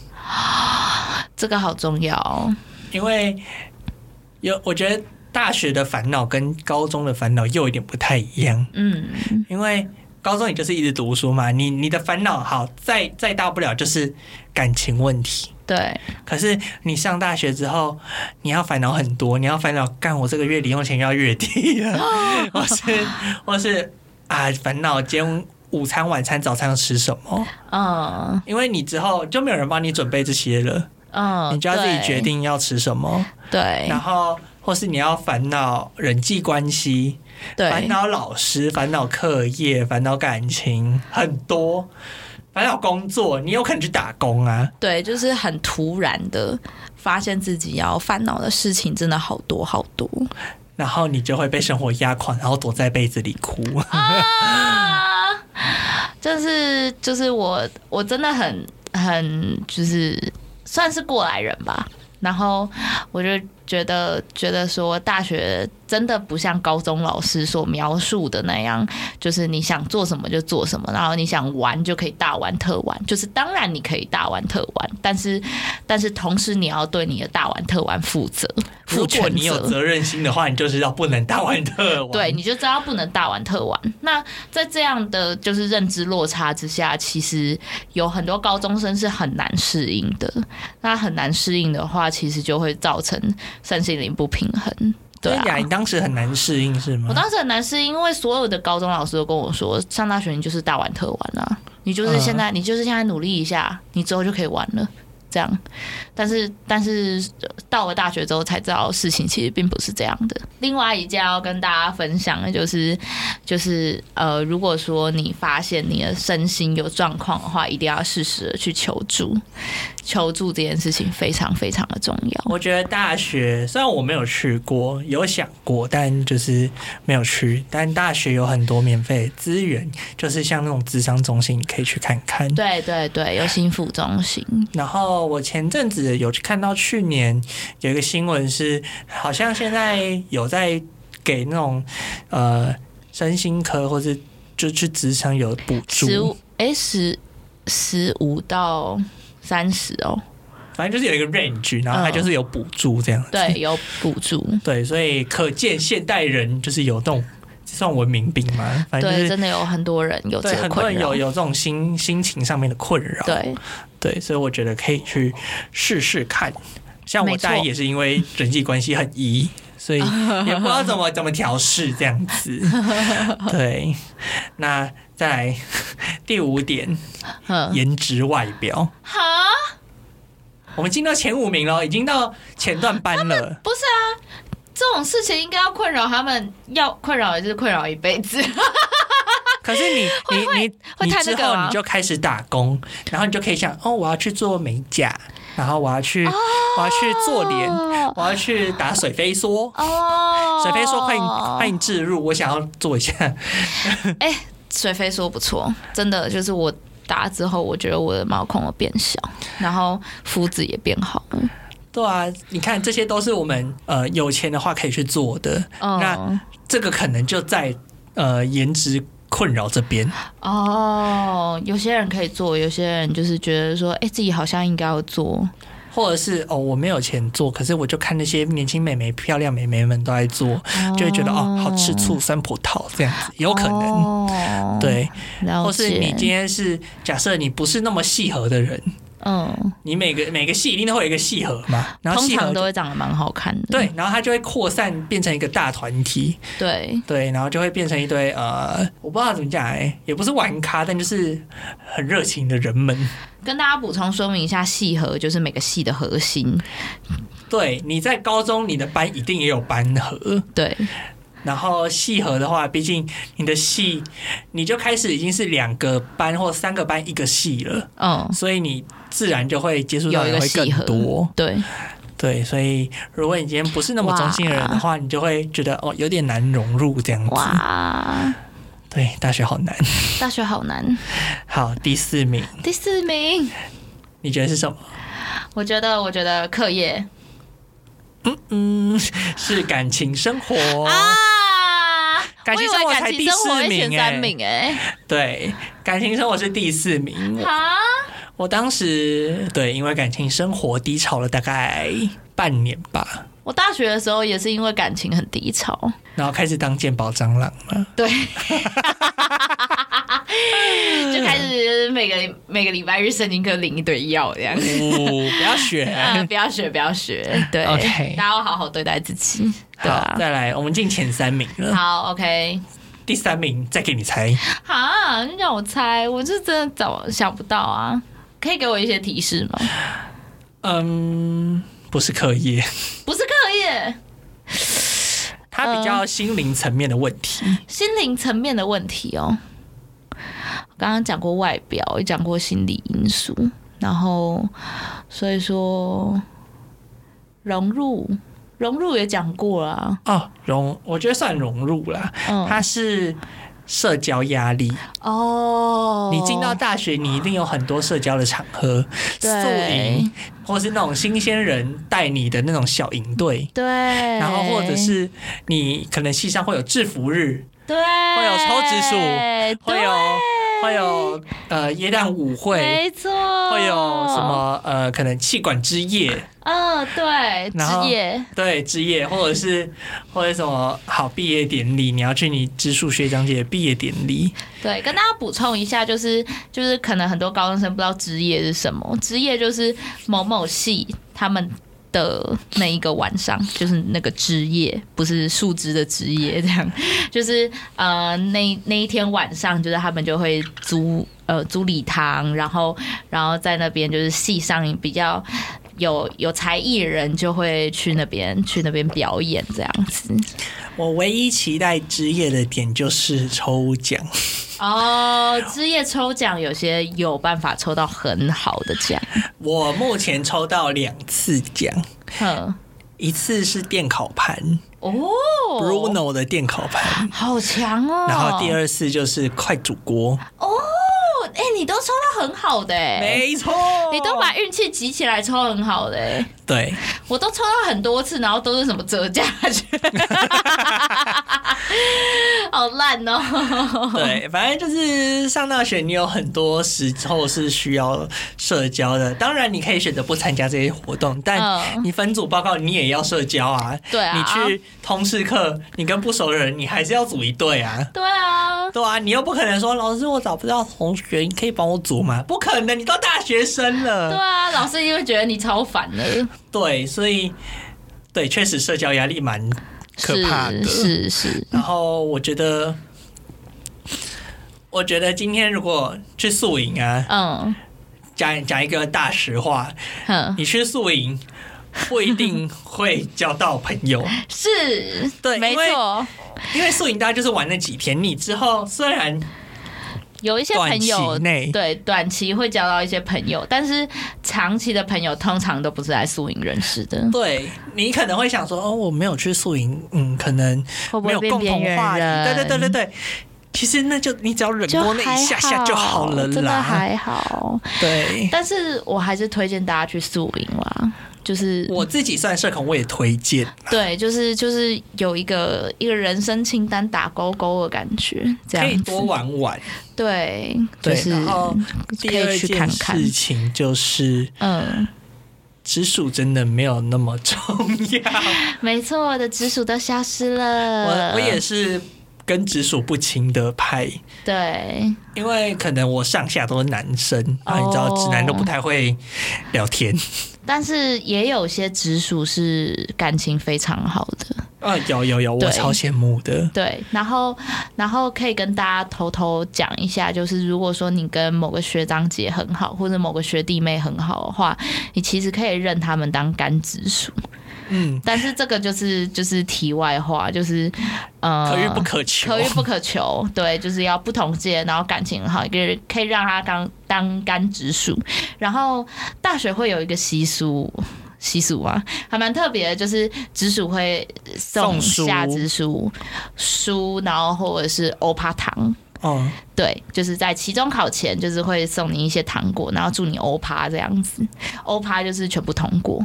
[SPEAKER 2] 这个好重要哦，
[SPEAKER 1] 因为有我觉得大学的烦恼跟高中的烦恼又有点不太一样。
[SPEAKER 2] 嗯，
[SPEAKER 1] 因为高中你就是一直读书嘛，你你的烦恼好再再大不了就是感情问题。
[SPEAKER 2] 对，
[SPEAKER 1] 可是你上大学之后，你要烦恼很多，你要烦恼干我这个月零用钱要月底了， 或是或是啊烦恼今天午餐、晚餐、早餐要吃什 么，
[SPEAKER 2] 嗯
[SPEAKER 1] 因为你之后就没有人帮你准备这些了，
[SPEAKER 2] 嗯，
[SPEAKER 1] 你就要自己
[SPEAKER 2] 对
[SPEAKER 1] 决，定要吃什么，
[SPEAKER 2] 对
[SPEAKER 1] 然后或是你要烦恼人际关系，烦
[SPEAKER 2] 对，
[SPEAKER 1] 恼老师，烦恼课业，烦恼感情，很多。烦恼工作，你有可能去打工啊，
[SPEAKER 2] 对，就是很突然的发现自己要烦恼的事情真的好多好多。
[SPEAKER 1] 然后你就会被生活压垮，然后躲在被子里哭。
[SPEAKER 2] 啊，就是就是我我真的很很就是算是过来人吧。然后我就觉得觉得说，大学真的不像高中老师所描述的那样，就是你想做什么就做什么，然后你想玩就可以大玩特玩。就是当然你可以大玩特玩，但是但是同时你要对你的大玩特玩负责。
[SPEAKER 1] 如
[SPEAKER 2] 负
[SPEAKER 1] 果
[SPEAKER 2] 全
[SPEAKER 1] 你有
[SPEAKER 2] 责
[SPEAKER 1] 责任心的话，你就知道不能大玩特玩。
[SPEAKER 2] 对，，你就知道不能大玩特玩。那在这样的就是认知落差之下，其实有很多高中生是很难适应的。那很难适应的话，其实就会造成身心灵不平衡。对
[SPEAKER 1] 真假
[SPEAKER 2] 啊
[SPEAKER 1] 你，当时很难适应是吗？
[SPEAKER 2] 我当时很难适应，因为所有的高中老师都跟我说，上大学你就是大玩特玩啊，你就是现在，你就是现在努力一下，你之后就可以玩了。这样。但是但是呃到了大学之后才知道事情其实并不是这样的。另外一件要跟大家分享的就是就是呃，如果说你发现你的身心有状况的话，一定要适时的去求助，求助这件事情非常非常的重要。
[SPEAKER 1] 我觉得大学虽然我没有去过，有想过，但就是没有去。但大学有很多免费资源，就是像那种智商中心，你可以去看看。
[SPEAKER 2] 对对对，有心腹中心，
[SPEAKER 1] 然后我前阵子有看到去年有一个新闻是，好像现在有在给那种呃身心科或是就去职场有补
[SPEAKER 2] 十
[SPEAKER 1] 助
[SPEAKER 2] 五，哎十十五到三十哦，
[SPEAKER 1] 反正就是有一个 range，然后它
[SPEAKER 2] 嗯
[SPEAKER 1] 就是有补助这样子。
[SPEAKER 2] 对，有补助，
[SPEAKER 1] 对，所以可见现代人就是有动算文明病嘛，反正就
[SPEAKER 2] 对，
[SPEAKER 1] 是
[SPEAKER 2] 真的有很多人有
[SPEAKER 1] 对
[SPEAKER 2] 这个
[SPEAKER 1] 很多
[SPEAKER 2] 困
[SPEAKER 1] 人有
[SPEAKER 2] 扰，
[SPEAKER 1] 有这种心心情上面的困扰。
[SPEAKER 2] 对，
[SPEAKER 1] 对，所以我觉得可以去试试看。像我
[SPEAKER 2] 没错
[SPEAKER 1] 大一也是因为人际关系很疑， 所以也不知道怎么怎么调试这样子。对，那再来第五点，
[SPEAKER 2] 嗯，
[SPEAKER 1] 颜值外表。
[SPEAKER 2] 好，
[SPEAKER 1] 我们进到前五名了，已经到前段班了。
[SPEAKER 2] 不是啊，这种事情应该要困扰他们，要困扰也是困扰一辈子，
[SPEAKER 1] 可是你你你
[SPEAKER 2] 会
[SPEAKER 1] 你
[SPEAKER 2] 太
[SPEAKER 1] 之
[SPEAKER 2] 那个哦
[SPEAKER 1] 后
[SPEAKER 2] 吗
[SPEAKER 1] 你就开始打工，然后你就可以想哦，我要去做美甲，然后我要去、我要去做脸，
[SPEAKER 2] 哦
[SPEAKER 1] 我要去打水飞梭。
[SPEAKER 2] 哦，
[SPEAKER 1] 水飞梭，欢迎欢迎置入，我想要做一下。
[SPEAKER 2] 水飞说不错，真的就是我打之后，我觉得我的毛孔有变小，然后肤质也变好了。
[SPEAKER 1] 对啊，你看这些都是我们呃有钱的话可以去做的，那
[SPEAKER 2] 嗯，
[SPEAKER 1] 这个可能就在呃颜值困扰这边。
[SPEAKER 2] 哦，有些人可以做，有些人就是觉得说，哎、自己好像应该要做。
[SPEAKER 1] 或者是哦，我没有钱做，可是我就看那些年轻美眉、漂亮美眉们都在做，就会觉得哦，好吃醋酸葡萄这样子，有可能、
[SPEAKER 2] 哦，
[SPEAKER 1] 对。
[SPEAKER 2] 了解，
[SPEAKER 1] 或是你今天是假设你不是那么契合的人，
[SPEAKER 2] 嗯，
[SPEAKER 1] 你每个每个系一定都会有一个契合嘛，然后
[SPEAKER 2] 通
[SPEAKER 1] 契合
[SPEAKER 2] 常
[SPEAKER 1] 就
[SPEAKER 2] 都会长得蛮好看的。
[SPEAKER 1] 对，然后它就会扩散变成一个大团体，
[SPEAKER 2] 对，
[SPEAKER 1] 对，然后就会变成一堆呃，我不知道怎么讲哎、也不是玩咖，但就是很热情的人们。
[SPEAKER 2] 跟大家补充说明一下，系合就是每个系的核心。
[SPEAKER 1] 对，你在高中你的班一定也有班合，
[SPEAKER 2] 对，
[SPEAKER 1] 然后系合的话，毕竟你的系你就开始已经是两个班或三个班一个系了，
[SPEAKER 2] 嗯，
[SPEAKER 1] 所以你自然就会接触到
[SPEAKER 2] 有一
[SPEAKER 1] 人
[SPEAKER 2] 个
[SPEAKER 1] 会
[SPEAKER 2] 系合
[SPEAKER 1] 更多。
[SPEAKER 2] 对，
[SPEAKER 1] 对，所以如果你今天不是那么中性的人的话，你就会觉得哦有点难融入这样子。
[SPEAKER 2] 哇，
[SPEAKER 1] 对，大学好难。
[SPEAKER 2] 大学好难。
[SPEAKER 1] 好，第四名，
[SPEAKER 2] 第四名，
[SPEAKER 1] 你觉得是什么？
[SPEAKER 2] 我觉得，我觉得课业
[SPEAKER 1] 嗯，是感情生活。 哦
[SPEAKER 2] 啊，
[SPEAKER 1] 感情生活
[SPEAKER 2] 我以为
[SPEAKER 1] 才
[SPEAKER 2] 感
[SPEAKER 1] 第
[SPEAKER 2] 情生活
[SPEAKER 1] 四
[SPEAKER 2] 会
[SPEAKER 1] 名欸
[SPEAKER 2] 前三名哎、
[SPEAKER 1] 对，感情生活是第四名。我
[SPEAKER 2] 啊，
[SPEAKER 1] 我当时对，因为感情生活低潮了大概半年吧，
[SPEAKER 2] 我大学的时候也是因为感情很低潮，
[SPEAKER 1] 然后开始当鉴宝蟑螂了。
[SPEAKER 2] 对， 就开始每个每个礼拜日神经科领一堆药这样。
[SPEAKER 1] 哦，不要
[SPEAKER 2] 嗯 啊，
[SPEAKER 1] 选。
[SPEAKER 2] 不要学，不要学，对
[SPEAKER 1] OK
[SPEAKER 2] 大家要好好对待自己，对
[SPEAKER 1] 好，
[SPEAKER 2] 啊。
[SPEAKER 1] 再来，我们进前三名了。
[SPEAKER 2] 好，OK，
[SPEAKER 1] 第三名，再给你猜。
[SPEAKER 2] 啊，你让我猜，我是真的找想不到啊，可以给我一些提示吗？
[SPEAKER 1] 嗯，不是课业，
[SPEAKER 2] 不是课业，
[SPEAKER 1] 它比
[SPEAKER 2] 嗯
[SPEAKER 1] 较心灵层面的问题。
[SPEAKER 2] 心灵层面的问题哦。我刚刚讲过外表，也讲过心理因素，然后所以说融入，融入也讲过啦，
[SPEAKER 1] 哦，融，我觉得算融入啦。
[SPEAKER 2] 嗯，
[SPEAKER 1] 它是社交压力，
[SPEAKER 2] 哦，
[SPEAKER 1] 你进到大学，你一定有很多社交的场合，宿
[SPEAKER 2] 对
[SPEAKER 1] 营，或是那种新鲜人带你的那种小营队。
[SPEAKER 2] 对，
[SPEAKER 1] 然
[SPEAKER 2] 然
[SPEAKER 1] 后，或者是你可能系上会有制服日，
[SPEAKER 2] 对，
[SPEAKER 1] 会
[SPEAKER 2] 会
[SPEAKER 1] 有抽纸鼠会有
[SPEAKER 2] 对
[SPEAKER 1] 会有呃耶诞舞会，
[SPEAKER 2] 没错，
[SPEAKER 1] 会有什？么呃可能气管之夜，
[SPEAKER 2] 嗯，对，
[SPEAKER 1] 然后
[SPEAKER 2] 职业，
[SPEAKER 1] 对，之夜，或者是或者什么好毕业典礼，你要去你植树学长姐的毕业典礼，
[SPEAKER 2] 对，跟大家补充一下，就是就是可能很多高中生不知道职业是什么，职业就是某某系他们的那一个晚上，就是那个枝叶，不是树枝的枝叶，这样， 就是呃那那一天晚上，就是他们就会租呃租礼堂，然后然后在那边就是系上比较。有有才艺的人就会去那边去那边表演这样子
[SPEAKER 1] 我唯一期待职业的点就是抽奖，
[SPEAKER 2] 哦，枝叶抽奖有些有办法抽到很好的 奖，
[SPEAKER 1] 我目前抽到两次奖，嗯
[SPEAKER 2] 哼，
[SPEAKER 1] 一次是电烤盘、
[SPEAKER 2] 哦
[SPEAKER 1] b r u n o 的电烤盘，
[SPEAKER 2] 好强哦！
[SPEAKER 1] 然后第二次就是快煮锅，
[SPEAKER 2] 哦，哎、你都抽到很好的、欸，
[SPEAKER 1] 没错，
[SPEAKER 2] 你都把运气集起来抽很好的、欸，
[SPEAKER 1] 对，
[SPEAKER 2] 我都抽到很多次，然后都是什么折价券， 好烂哦！
[SPEAKER 1] 对，反正就是上大学，你有很多时候是需要社交的。当然，你可以选择不参加这些活动，但
[SPEAKER 2] 嗯
[SPEAKER 1] 你分组报告你也要社交啊。
[SPEAKER 2] 对啊
[SPEAKER 1] 你去通识课，你跟不熟的人，你还是要组一队啊。
[SPEAKER 2] 对啊，
[SPEAKER 1] 对啊，你又不可能说老师我找不到同学，你可以帮我组吗？不可能，你都大学生
[SPEAKER 2] 对
[SPEAKER 1] 了。
[SPEAKER 2] 啊，老师一定会觉得你超烦的，
[SPEAKER 1] 对，所以对，确实社交压力蛮可怕的。
[SPEAKER 2] 是是是，
[SPEAKER 1] 然后我觉得，我觉得今天如果去宿营啊，
[SPEAKER 2] 嗯
[SPEAKER 1] 讲讲一个大实话，
[SPEAKER 2] 哼，
[SPEAKER 1] 你去宿营不一定会交到朋 友，
[SPEAKER 2] 是，
[SPEAKER 1] 对
[SPEAKER 2] 没
[SPEAKER 1] 因为
[SPEAKER 2] 错，
[SPEAKER 1] 因为宿营大家就是玩那几天，你之后虽然
[SPEAKER 2] 有一些
[SPEAKER 1] 短
[SPEAKER 2] 朋
[SPEAKER 1] 期
[SPEAKER 2] 友
[SPEAKER 1] 内
[SPEAKER 2] 对短期会交到一些朋友，但是长期的朋友通常都不是来宿营认识的，
[SPEAKER 1] 对你可能会想说，哦，我没有去宿营，嗯，可能
[SPEAKER 2] 会不
[SPEAKER 1] 没
[SPEAKER 2] 会
[SPEAKER 1] 有
[SPEAKER 2] 变
[SPEAKER 1] 共
[SPEAKER 2] 边
[SPEAKER 1] 同
[SPEAKER 2] 缘
[SPEAKER 1] 话题，
[SPEAKER 2] 人？
[SPEAKER 1] 对对对对对。其实那就你只要忍
[SPEAKER 2] 就
[SPEAKER 1] 过那
[SPEAKER 2] 还
[SPEAKER 1] 一下下就好了
[SPEAKER 2] 真的
[SPEAKER 1] 啦。
[SPEAKER 2] 还好。
[SPEAKER 1] 对，
[SPEAKER 2] 但是我还是推荐大家去宿营啦，就是
[SPEAKER 1] 我自己算社恐，我也推荐。
[SPEAKER 2] 对，就是就是有一个一个人生清单打勾勾的感觉，这
[SPEAKER 1] 可以
[SPEAKER 2] 样子
[SPEAKER 1] 多玩玩，
[SPEAKER 2] 对，就
[SPEAKER 1] 对。
[SPEAKER 2] 是
[SPEAKER 1] 然后
[SPEAKER 2] 可
[SPEAKER 1] 第二
[SPEAKER 2] 以去
[SPEAKER 1] 件
[SPEAKER 2] 看看
[SPEAKER 1] 事。情就是，
[SPEAKER 2] 嗯，
[SPEAKER 1] 直属真的没有那么重 要。
[SPEAKER 2] 没错，我的直属都消失了。
[SPEAKER 1] 我我也是跟直属不清的派，
[SPEAKER 2] 对，
[SPEAKER 1] 因为可能我上下都是男生，
[SPEAKER 2] 哦
[SPEAKER 1] 啊，你知道直男都不太会聊天。
[SPEAKER 2] 但是也有些直属是感情非常好的，
[SPEAKER 1] 啊，有有有，我
[SPEAKER 2] 对
[SPEAKER 1] 超羡慕的。
[SPEAKER 2] 对，然后然后可以跟大家偷偷讲一下，就是如果说你跟某个学长姐很好，或者某个学弟妹很好的话，你其实可以认他们当干直属。
[SPEAKER 1] 嗯，
[SPEAKER 2] 但是这个就是就是题外话，就是呃，
[SPEAKER 1] 可遇不嗯可求。
[SPEAKER 2] 可遇不可求，对，就是要不同届，然后感情很好，可以可以让他当当干直属。然后大学会有一个习俗。习俗啊，还蛮特别的，就是直属会送
[SPEAKER 1] 送书
[SPEAKER 2] 下直属书，然后或者是欧趴糖，
[SPEAKER 1] 哦，
[SPEAKER 2] 对，就是在期中考前，就是会送你一些糖果，然后祝你欧趴这样子。欧趴就是全部通过，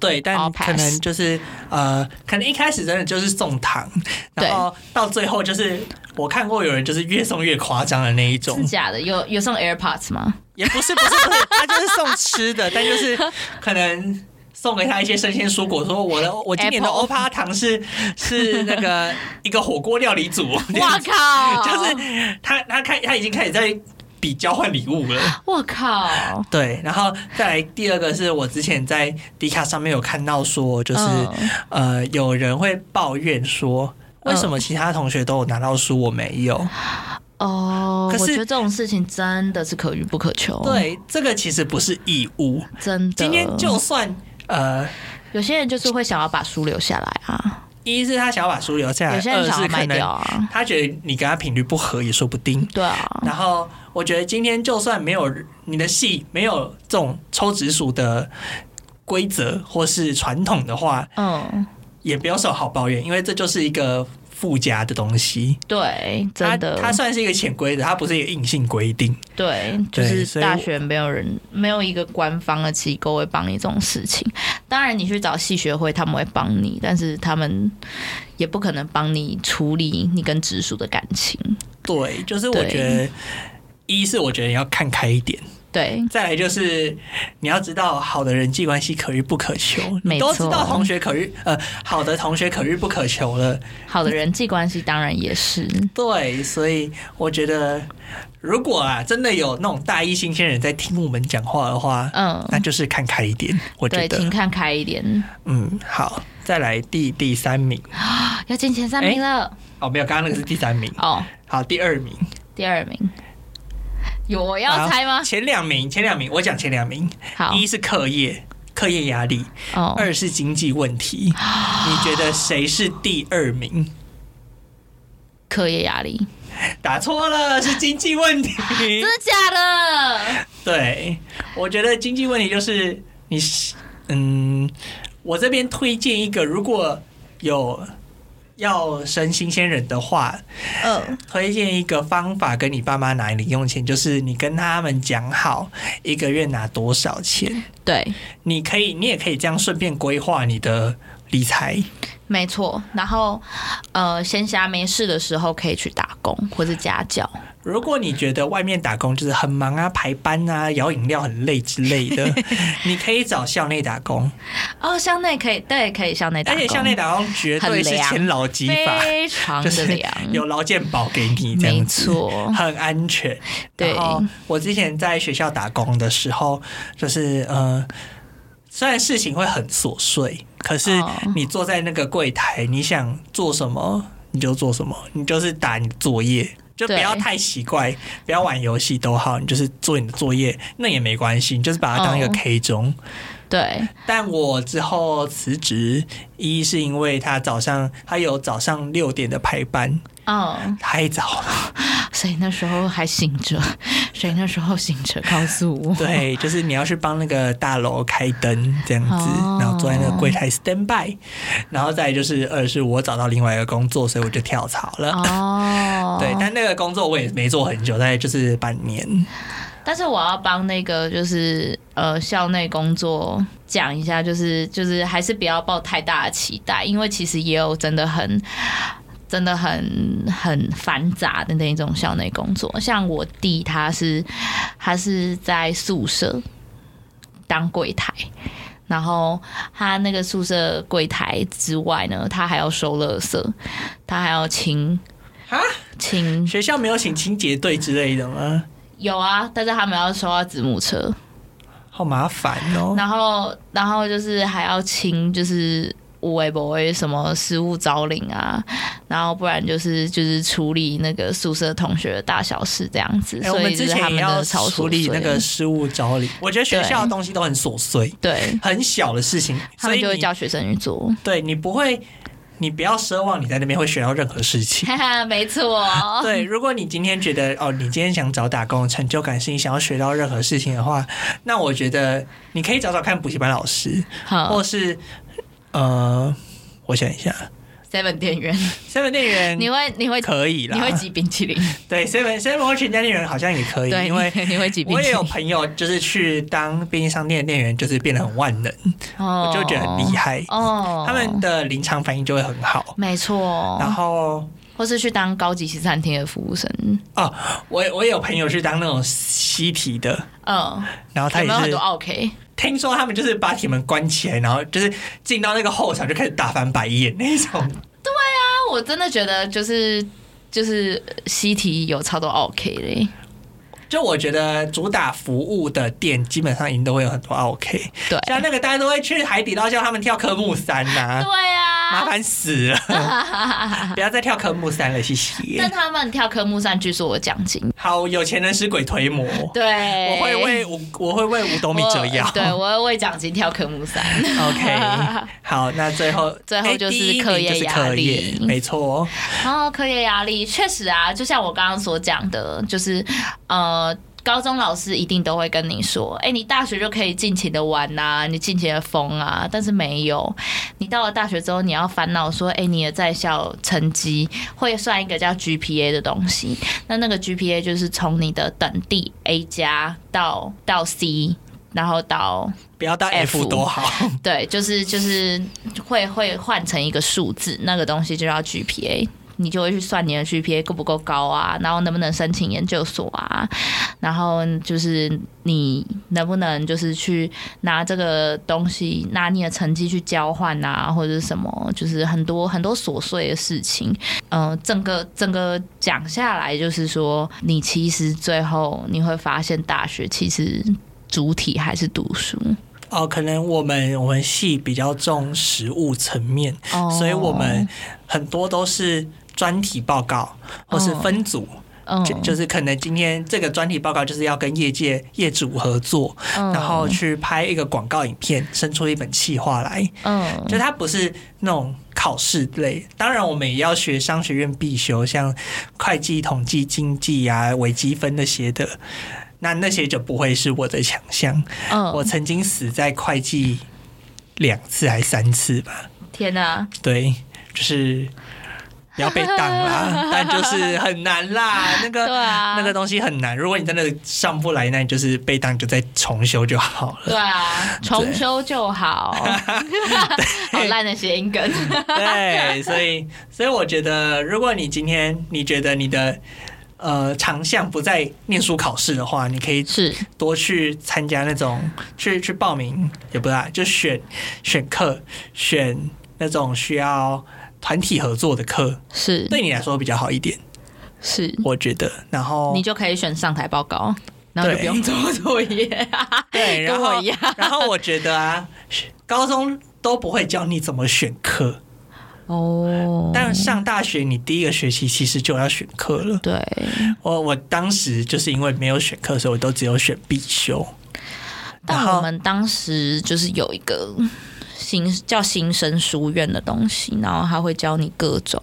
[SPEAKER 1] 对，但
[SPEAKER 2] All
[SPEAKER 1] 可
[SPEAKER 2] pass
[SPEAKER 1] 能就是呃，可能一开始真的就是送糖，然后到最后就是我看过有人就是越送越夸张的那一 种
[SPEAKER 2] 是，假的？有有送 AirPods 吗？
[SPEAKER 1] 也不是不是不是，他就是送吃的，但就是可能送给他一些生鲜蔬果，说 我的我今年的
[SPEAKER 2] Apple
[SPEAKER 1] 欧趴糖是是那个一个火锅料理组，
[SPEAKER 2] 哇 靠！
[SPEAKER 1] 就是他他开他已经开始在。比交换礼物了，
[SPEAKER 2] 我靠！
[SPEAKER 1] 对，然后再来第二个是我之前在迪卡上面有看到说，就是、
[SPEAKER 2] 嗯
[SPEAKER 1] 呃，有人会抱怨说，为什么其他同学都有拿到书，我没有？
[SPEAKER 2] 哦，
[SPEAKER 1] 可
[SPEAKER 2] 我
[SPEAKER 1] 是
[SPEAKER 2] 觉得这种事情真的是可遇不可求，，
[SPEAKER 1] 对，哦这个其实不是义务。
[SPEAKER 2] 真的。
[SPEAKER 1] 今天就算呃，
[SPEAKER 2] 有些人就是会想要把书留下来啊，
[SPEAKER 1] 一是他想要把书留下来，
[SPEAKER 2] 有些人
[SPEAKER 1] 哎二
[SPEAKER 2] 想
[SPEAKER 1] 是
[SPEAKER 2] 要
[SPEAKER 1] 可
[SPEAKER 2] 卖掉
[SPEAKER 1] 能
[SPEAKER 2] 啊，
[SPEAKER 1] 他觉得你跟他频率不合也说不定。
[SPEAKER 2] 对啊，
[SPEAKER 1] 然后我觉得今天就算没有你的系没有这种抽直属的规则或是传统的话，
[SPEAKER 2] 嗯，
[SPEAKER 1] 也不要受好抱怨，因为这就是一个附加的东西。
[SPEAKER 2] 对，
[SPEAKER 1] 它
[SPEAKER 2] 真的，
[SPEAKER 1] 它算是一个潜规则，它不是一个硬性规定。
[SPEAKER 2] 对，就
[SPEAKER 1] 对
[SPEAKER 2] 是
[SPEAKER 1] 所以
[SPEAKER 2] 大
[SPEAKER 1] 我
[SPEAKER 2] 学没有人没有一个官方的机构会帮你这种事情。当然，你去找系学会，他们会帮你，但是他们也不可能帮你处理你跟直属的感情。
[SPEAKER 1] 对，就是我
[SPEAKER 2] 对
[SPEAKER 1] 觉得，一是我觉得你要看开一点，
[SPEAKER 2] 对，
[SPEAKER 1] 再来就是你要知道，好的人际关系可遇不可求。
[SPEAKER 2] 没
[SPEAKER 1] 你
[SPEAKER 2] 错
[SPEAKER 1] 都知道同学可遇，呃，好的同学可遇不可求了。
[SPEAKER 2] 好的人际关系当然也是，
[SPEAKER 1] 对，所以我觉得，如果啊，真的有那种大一新鲜人在听我们讲话的话，
[SPEAKER 2] 嗯，
[SPEAKER 1] 那就是看开一点。哎我觉
[SPEAKER 2] 对，请
[SPEAKER 1] 得，
[SPEAKER 2] 看开一点，
[SPEAKER 1] 嗯，好，再来第第三名。
[SPEAKER 2] 要进前三名了、
[SPEAKER 1] 哦，没有，刚刚那个是第三名。
[SPEAKER 2] 哦，
[SPEAKER 1] 好，第二名。
[SPEAKER 2] 第二名，有我要猜吗
[SPEAKER 1] 好？前两名，前两名，我讲前两名。
[SPEAKER 2] 好，
[SPEAKER 1] 一是课业，课业压力；
[SPEAKER 2] 哦，
[SPEAKER 1] 二是经济问题。你觉得谁是第二名？
[SPEAKER 2] 课业压力，
[SPEAKER 1] 打错了，是经济问题。
[SPEAKER 2] 真的假的？
[SPEAKER 1] 对，我觉得经济问题就是你是嗯，我这边推荐一个，如果有要生新鲜人的话，
[SPEAKER 2] 嗯，
[SPEAKER 1] 推荐一个方法跟你爸妈拿零用钱，就是你跟他们讲好一个月拿多少钱，
[SPEAKER 2] 对，
[SPEAKER 1] 你可以，你也可以这样顺便规划你的理财。
[SPEAKER 2] 没错。然后，呃，闲暇没事的时候可以去打工或是家教。
[SPEAKER 1] 如果你觉得外面打工就是很忙啊、排班啊、摇饮料很累之类 的，你可以找校内打工，
[SPEAKER 2] 哦，校内可以，对，可以校内打
[SPEAKER 1] 而
[SPEAKER 2] 工，
[SPEAKER 1] 且校内打工绝对是
[SPEAKER 2] 很凉
[SPEAKER 1] 钱劳基法。
[SPEAKER 2] 非常
[SPEAKER 1] 就
[SPEAKER 2] 的
[SPEAKER 1] 是
[SPEAKER 2] 凉，
[SPEAKER 1] 有劳健保给你这
[SPEAKER 2] 嗯没
[SPEAKER 1] 样子，
[SPEAKER 2] 错，
[SPEAKER 1] 很安全。
[SPEAKER 2] 对
[SPEAKER 1] 然后我之前在学校打工的时候，就是呃，虽然事情会很琐碎，可是
[SPEAKER 2] 哦
[SPEAKER 1] 你坐在那个柜台，你想做什么你就做什么，你就是打你的作业。就不
[SPEAKER 2] 对
[SPEAKER 1] 要太奇怪，不要玩游戏都好，你就是做你的作业，那也没关系，你就是把它当一个
[SPEAKER 2] 哦
[SPEAKER 1] K 中。
[SPEAKER 2] 对，
[SPEAKER 1] 但我之后辞职，一是因为他早上他有早上六点的排班，
[SPEAKER 2] 嗯，
[SPEAKER 1] 太早了。
[SPEAKER 2] 所以那时候还醒着，所以那时候醒着告诉 我，
[SPEAKER 1] 对，就是你要去帮那个大楼开灯这样子，
[SPEAKER 2] 哦
[SPEAKER 1] 然后坐在那个柜台 stand by，然后再来就是二是我找到另外一个工作，所以我就跳槽了。
[SPEAKER 2] 哦，
[SPEAKER 1] 对，但那个工作我也没做很久，大概就是半年。
[SPEAKER 2] 但是我要帮那个就是呃校内工作讲一下，就是就是还是不要抱太大的期待，因为其实也有真的很。真的很很繁杂的那一种校内工作，像我弟他是他是在宿舍当柜台，然后他那个宿舍柜台之外呢，他还要收垃圾，他还要清
[SPEAKER 1] 啊
[SPEAKER 2] 清
[SPEAKER 1] 学校没有请清洁队之类的吗？
[SPEAKER 2] 有啊，但是他们要收到子母车，
[SPEAKER 1] 好麻烦哦。
[SPEAKER 2] 然后，然后就是还要清，就是无微不微什么失物招领啊，然后不然就是就是处理那个宿舍同学的大小事这样子。
[SPEAKER 1] 哎、我
[SPEAKER 2] 所以
[SPEAKER 1] 们
[SPEAKER 2] 就
[SPEAKER 1] 之
[SPEAKER 2] 是
[SPEAKER 1] 前
[SPEAKER 2] 他
[SPEAKER 1] 也
[SPEAKER 2] 们真
[SPEAKER 1] 要
[SPEAKER 2] 的超琐
[SPEAKER 1] 处理那
[SPEAKER 2] 碎
[SPEAKER 1] 个失物招领，我觉得学校的东西都很琐碎，
[SPEAKER 2] 对，
[SPEAKER 1] 很小的事情，所
[SPEAKER 2] 他们
[SPEAKER 1] 以
[SPEAKER 2] 就会
[SPEAKER 1] 你
[SPEAKER 2] 叫学生去做。
[SPEAKER 1] 对你不会，你不要奢望你在那边会学到任何事情。
[SPEAKER 2] 哈哈，没错，哦
[SPEAKER 1] 对，如果你今天觉得哦，你今天想找打工的成就感，是你想要学到任何事情的话，那我觉得你可以找找看补习班老师，
[SPEAKER 2] 好
[SPEAKER 1] 或是呃，我想一下
[SPEAKER 2] ，Seven 店员，
[SPEAKER 1] ，seven 店员
[SPEAKER 2] 你会你 会
[SPEAKER 1] 可以啦，
[SPEAKER 2] 你会挤冰淇淋？
[SPEAKER 1] 对 seven seven 或全家店员好像也可以，
[SPEAKER 2] 对，
[SPEAKER 1] 因为。
[SPEAKER 2] 你会挤冰
[SPEAKER 1] 我
[SPEAKER 2] 淇
[SPEAKER 1] 也有
[SPEAKER 2] 淋，
[SPEAKER 1] 朋友，就是去当便利商店的店员，就是变得很万能，
[SPEAKER 2] 我
[SPEAKER 1] 我就觉得很厉害。
[SPEAKER 2] 哦。
[SPEAKER 1] 他们的临场反应就会很好。
[SPEAKER 2] 没错，
[SPEAKER 1] 然后哦
[SPEAKER 2] 或是去当高级西餐厅的服务生，
[SPEAKER 1] 我我也有朋友去当那种西提的，
[SPEAKER 2] 嗯，
[SPEAKER 1] 然后他也
[SPEAKER 2] 有没有很
[SPEAKER 1] 是
[SPEAKER 2] 多 OK？
[SPEAKER 1] 听说他们就是把铁门关起来，然后就是进到那个后场就开始大翻白眼那种。
[SPEAKER 2] 那我真的觉得就是就是西提有超多 OK 欸嘞，
[SPEAKER 1] 就我觉得主打服务的店，基本上赢都会有很多 OK，
[SPEAKER 2] 对
[SPEAKER 1] 像那个大家都会去海底捞叫他们跳科目三呐、
[SPEAKER 2] 对
[SPEAKER 1] 麻
[SPEAKER 2] 啊。
[SPEAKER 1] 烦死了， 不要再跳科目三了，谢谢
[SPEAKER 2] 但。他们跳科目三，据说有奖金。
[SPEAKER 1] 好，有钱人使鬼推磨，
[SPEAKER 2] 对，
[SPEAKER 1] 我
[SPEAKER 2] 我
[SPEAKER 1] 会为我我会为五斗米折腰
[SPEAKER 2] 我。对，我会为奖金跳科目 三。
[SPEAKER 1] OK，好，那最后
[SPEAKER 2] 最后
[SPEAKER 1] 哎
[SPEAKER 2] 就是
[SPEAKER 1] 第一名
[SPEAKER 2] 课业
[SPEAKER 1] 就是
[SPEAKER 2] 压
[SPEAKER 1] 课业
[SPEAKER 2] 力，
[SPEAKER 1] 没错，哦
[SPEAKER 2] 然后课业压力确实啊，就像我刚刚所讲的，就是呃。高中老师一定都会跟你说：“哎、你大学就可以尽情的玩呐、你尽情的疯啊。”但是没有，你到了大学之后，你要烦恼说：“哎、你的在校成绩会算一个叫 GPA 的东西，那那个 GPA 就是从你的等地 A 加到到 C，然后到
[SPEAKER 1] 不要当
[SPEAKER 2] F
[SPEAKER 1] F 多好。
[SPEAKER 2] 对，就是就是会会换成一个数字，那个东西就叫 GPA。你就会去算你的 GPA 够不够高啊，然后能不能申请研究所啊，然后就是你能不能就是去拿这个东西，拿你的成绩去交换啊，或者是什么，就是很多很多琐碎的事情。嗯、整个整个讲下来，就是说你其实最后你会发现，大学其实主体还是读书。
[SPEAKER 1] 哦，可能我们我们系比较重实务层面，
[SPEAKER 2] 哦
[SPEAKER 1] 所以我们很多都是专题报告或是分组，
[SPEAKER 2] 嗯
[SPEAKER 1] 就就是可能今天这个专题报告就是要跟业界业主合作，
[SPEAKER 2] 嗯
[SPEAKER 1] 然后去拍一个广告影片，生出一本企划来。
[SPEAKER 2] 嗯
[SPEAKER 1] 就它不是那种考试类，当然我们也要学商学院必修，像会计、统计、经济啊、微积分那些的。那那些就不会是我的强项。
[SPEAKER 2] 嗯，
[SPEAKER 1] 我曾经死在会计两次还三次吧，
[SPEAKER 2] 天哪，
[SPEAKER 1] 对，就是不要被当 啦，但就是很难啦，那
[SPEAKER 2] 对
[SPEAKER 1] 个。
[SPEAKER 2] 啊，
[SPEAKER 1] 那个东西很难，如果你真的上不来，那你就是被当，就再重修就好 了。
[SPEAKER 2] 对啊，重修 就好，好烂的谐音梗。
[SPEAKER 1] 对，所以所以我觉得，如果你今天你觉得你的呃长项不在念书考试的话，你可以
[SPEAKER 2] 是，
[SPEAKER 1] 多去参加那种去去报名，也不啊大，就选选课，选那种需要团体合作的课，
[SPEAKER 2] 是
[SPEAKER 1] 对你来说比较好一点，
[SPEAKER 2] 是，
[SPEAKER 1] 我觉得。然后
[SPEAKER 2] 嗯你就可以选上台报告，然后就
[SPEAKER 1] 对
[SPEAKER 2] 不用做作业，
[SPEAKER 1] 对，然
[SPEAKER 2] 跟
[SPEAKER 1] 后
[SPEAKER 2] 我一样。
[SPEAKER 1] 然后我觉得啊，高中都不会教你怎么选课，
[SPEAKER 2] 哦，
[SPEAKER 1] 但上大学你第一个学期其实就要选课了。
[SPEAKER 2] 对，
[SPEAKER 1] 我我当时就是因为没有选课，所以我都只有选必修。然
[SPEAKER 2] 但
[SPEAKER 1] 后
[SPEAKER 2] 我们当时就是有一个新叫新生书院的东西，然后他会教你各种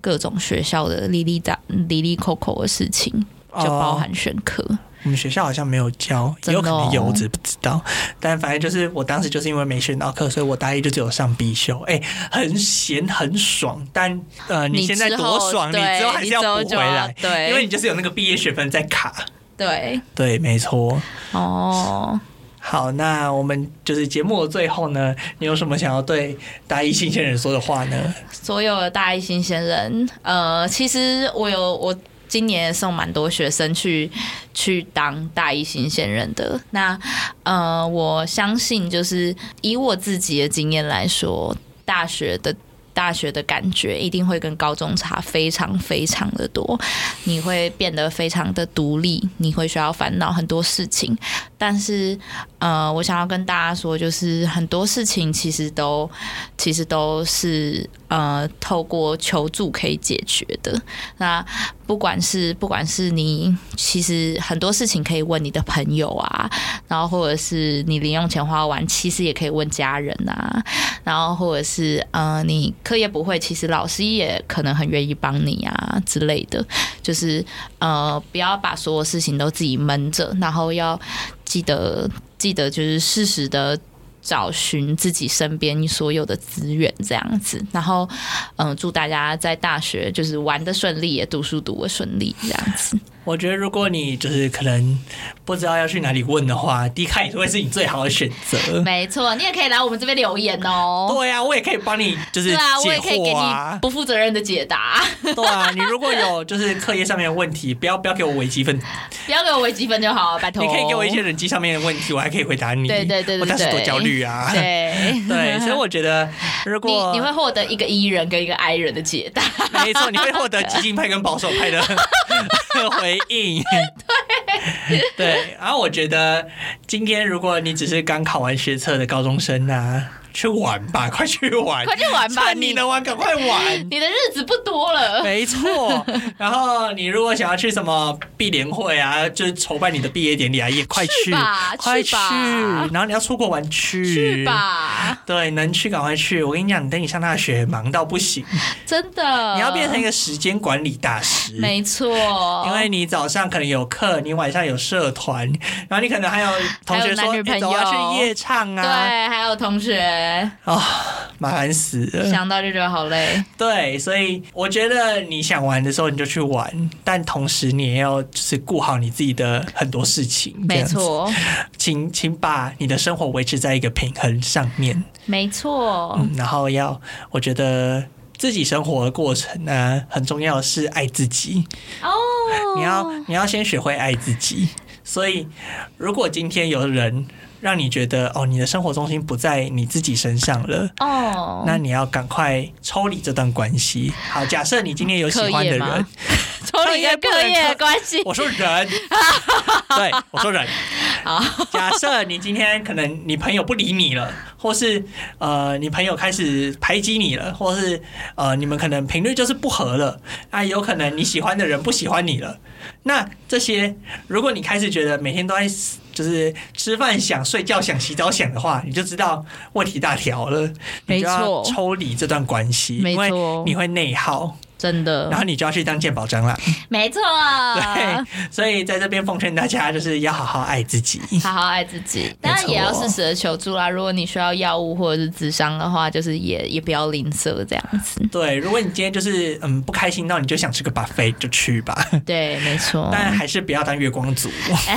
[SPEAKER 2] 各种学校的哩哩杂哩哩扣扣的事情，就
[SPEAKER 1] 哦
[SPEAKER 2] 包含选课。
[SPEAKER 1] 我们学校好像没有教，也有可能
[SPEAKER 2] 真的
[SPEAKER 1] 有，
[SPEAKER 2] 哦
[SPEAKER 1] 我只不知道。但反正就是我当时就是因为没选到课，所以我大一就只有上必修。哎、很闲很爽，但呃，
[SPEAKER 2] 你
[SPEAKER 1] 现在
[SPEAKER 2] 之
[SPEAKER 1] 多
[SPEAKER 2] 后
[SPEAKER 1] 爽，你
[SPEAKER 2] 对
[SPEAKER 1] 之后还是要哎
[SPEAKER 2] 你之后
[SPEAKER 1] 补
[SPEAKER 2] 就
[SPEAKER 1] 回
[SPEAKER 2] 要
[SPEAKER 1] 来，
[SPEAKER 2] 对
[SPEAKER 1] 因为你就是有那个毕业学分在卡。
[SPEAKER 2] 对，
[SPEAKER 1] 对，没错。
[SPEAKER 2] 哦，
[SPEAKER 1] 好，那我们就是节目的最后呢，你有什么想要对大一新鲜人说的话呢？
[SPEAKER 2] 所有的大一新鲜人，呃，其实我有我今年也送蛮多学生去去当大一新鲜人的。那呃，我相信就是以我自己的经验来说，大学的。大学的感觉一定会跟高中差非常非常的多，你会变得非常的独立，你会需要烦恼很多事情。但是，呃，我想要跟大家说，就是很多事情其实都其实都是呃透过求助可以解决的。那不管是不管是你，其实很多事情可以问你的朋友啊，然后或者是你零用钱花完，其实也可以问家人啊，然后或者是呃你课业不会，其实老师也可能很愿意帮你啊之类的。就是呃不要把所有事情都自己闷着，然后要记得记得就是适时的找寻自己身边所有的资源这样子。然后，嗯、祝大家在大学就是玩的顺利，也读书读的顺利这样子。
[SPEAKER 1] 我觉得如果你就是可能不知道要去哪里问的话，低卡也是会是你最好的选择。
[SPEAKER 2] 没错，你也可以来我们这边留言哦。
[SPEAKER 1] 对啊，我也可以帮你就是
[SPEAKER 2] 对
[SPEAKER 1] 解
[SPEAKER 2] 啊，我也可以给
[SPEAKER 1] 惑
[SPEAKER 2] 你
[SPEAKER 1] 啊。
[SPEAKER 2] 不负责任的解答，
[SPEAKER 1] 对啊，你如果有就是课业上面的问题，不要不要给我微 积分，你
[SPEAKER 2] 不要给我微积分就好，拜托。
[SPEAKER 1] 可以给我一些人际上面的问题，我还可以回答你。
[SPEAKER 2] 对对对对
[SPEAKER 1] 我当时多焦虑啊。
[SPEAKER 2] 对。
[SPEAKER 1] 对，所以我觉得如
[SPEAKER 2] 你
[SPEAKER 1] 果
[SPEAKER 2] 你会获得一个 E 人跟一个 I 人的解 答，
[SPEAKER 1] 没错，你会获得激进派跟保守派的 回应。对对，然后我觉得今天如果你只是刚考完学测的高中生啊，去玩吧，快去玩，
[SPEAKER 2] 快去玩吧
[SPEAKER 1] 趁你
[SPEAKER 2] 你
[SPEAKER 1] 能玩，赶快玩。
[SPEAKER 2] 你的日子不多 了。
[SPEAKER 1] 没错，然后你如果想要去什么毕联会啊，就是筹办你的毕业典礼啊，也快
[SPEAKER 2] 去吧
[SPEAKER 1] 快
[SPEAKER 2] 去吧
[SPEAKER 1] 然后你要出国玩去，
[SPEAKER 2] 去。吧，
[SPEAKER 1] 对，能去赶快去。我跟你讲，你等你上大学忙到不行，
[SPEAKER 2] 嗯真的，
[SPEAKER 1] 你要变成一个时间管理大师。
[SPEAKER 2] 没错，
[SPEAKER 1] 因为你早上可能有课，你晚上有社团，然后你可能还有同学说
[SPEAKER 2] 还有男女朋
[SPEAKER 1] 哎
[SPEAKER 2] 友
[SPEAKER 1] 走啊去夜唱
[SPEAKER 2] 对，
[SPEAKER 1] 啊，
[SPEAKER 2] 还有同学
[SPEAKER 1] 啊、麻烦死了。
[SPEAKER 2] 想到就觉得好累，
[SPEAKER 1] 对，所以我觉得你想玩的时候你就去玩，但同时你也要就是顾好你自己的很多事情。这
[SPEAKER 2] 没
[SPEAKER 1] 样子，
[SPEAKER 2] 错，
[SPEAKER 1] 请请把你的生活维持在一个平衡上面，
[SPEAKER 2] 没错，
[SPEAKER 1] 嗯，然后要我觉得。自己生活的过程呢，很重要的是爱自己。
[SPEAKER 2] 哦，
[SPEAKER 1] 你要你要先学会爱自己。所以，如果今天有人让你觉得哦，你的生活中心不在你自己身上了，
[SPEAKER 2] 哦，
[SPEAKER 1] 那你要赶快抽离这段关系。好，假设你今天有喜欢的
[SPEAKER 2] 课业
[SPEAKER 1] 人
[SPEAKER 2] 吗，抽离跟课业的关 系
[SPEAKER 1] 我说人，对，我说人。假设你今天可能你朋友不理你了，或是呃你朋友开始排挤你了，或是呃你们可能频率就是不合了，那有可能你喜欢的人不喜欢你了。那这些，如果你开始觉得每天都在就是吃饭想、睡觉想、洗澡想的话，你就知道问题大条了。你就
[SPEAKER 2] 没
[SPEAKER 1] 要
[SPEAKER 2] 错
[SPEAKER 1] 抽离这段关系，
[SPEAKER 2] 没
[SPEAKER 1] 因为
[SPEAKER 2] 错嗯
[SPEAKER 1] 你会内耗，
[SPEAKER 2] 真
[SPEAKER 1] 然
[SPEAKER 2] 的
[SPEAKER 1] 后你就要去当鉴宝蟑螂。
[SPEAKER 2] 没错， 啊
[SPEAKER 1] 对，所以在这边奉劝大家，就是要好好爱自己。
[SPEAKER 2] 好好爱自己，当然也要适时的求助啦。如果你需要药物或者是智商的话，就是也也不要吝啬这样子。
[SPEAKER 1] 对，如果你今天就是嗯不开心到你就想吃个 buffet 就去吧，
[SPEAKER 2] 对，没错，
[SPEAKER 1] 但还是不要当月光族。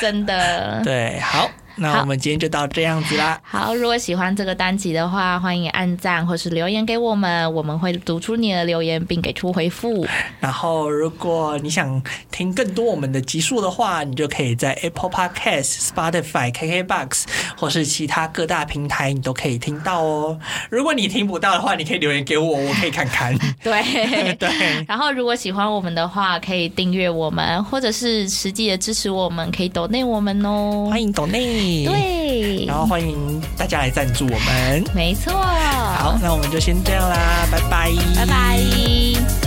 [SPEAKER 2] 真的。
[SPEAKER 1] 对，好，那
[SPEAKER 2] 好
[SPEAKER 1] 我们今天就到这样子啦。
[SPEAKER 2] 好，如果喜欢这个单集的话，欢迎按赞或是留言给我们，我们会读出你的留言并给出回复。
[SPEAKER 1] 然后，如果你想听更多我们的集数的话，你就可以在 Apple Podcast、Spotify、KKBox 或是其他各大平台，你都可以听到哦。如果你听不到的话，你可以留言给我，我可以看 看。。
[SPEAKER 2] 对
[SPEAKER 1] 对，
[SPEAKER 2] 然后，如果喜欢我们的话，可以订阅我们，或者是实际的支持我们，可以抖内我们哦。
[SPEAKER 1] 欢迎董内，
[SPEAKER 2] 对
[SPEAKER 1] 然，后欢迎大家来赞助我们。
[SPEAKER 2] 没错。
[SPEAKER 1] 好
[SPEAKER 2] 好，
[SPEAKER 1] 那我们就先这样啦，拜拜，
[SPEAKER 2] 拜拜。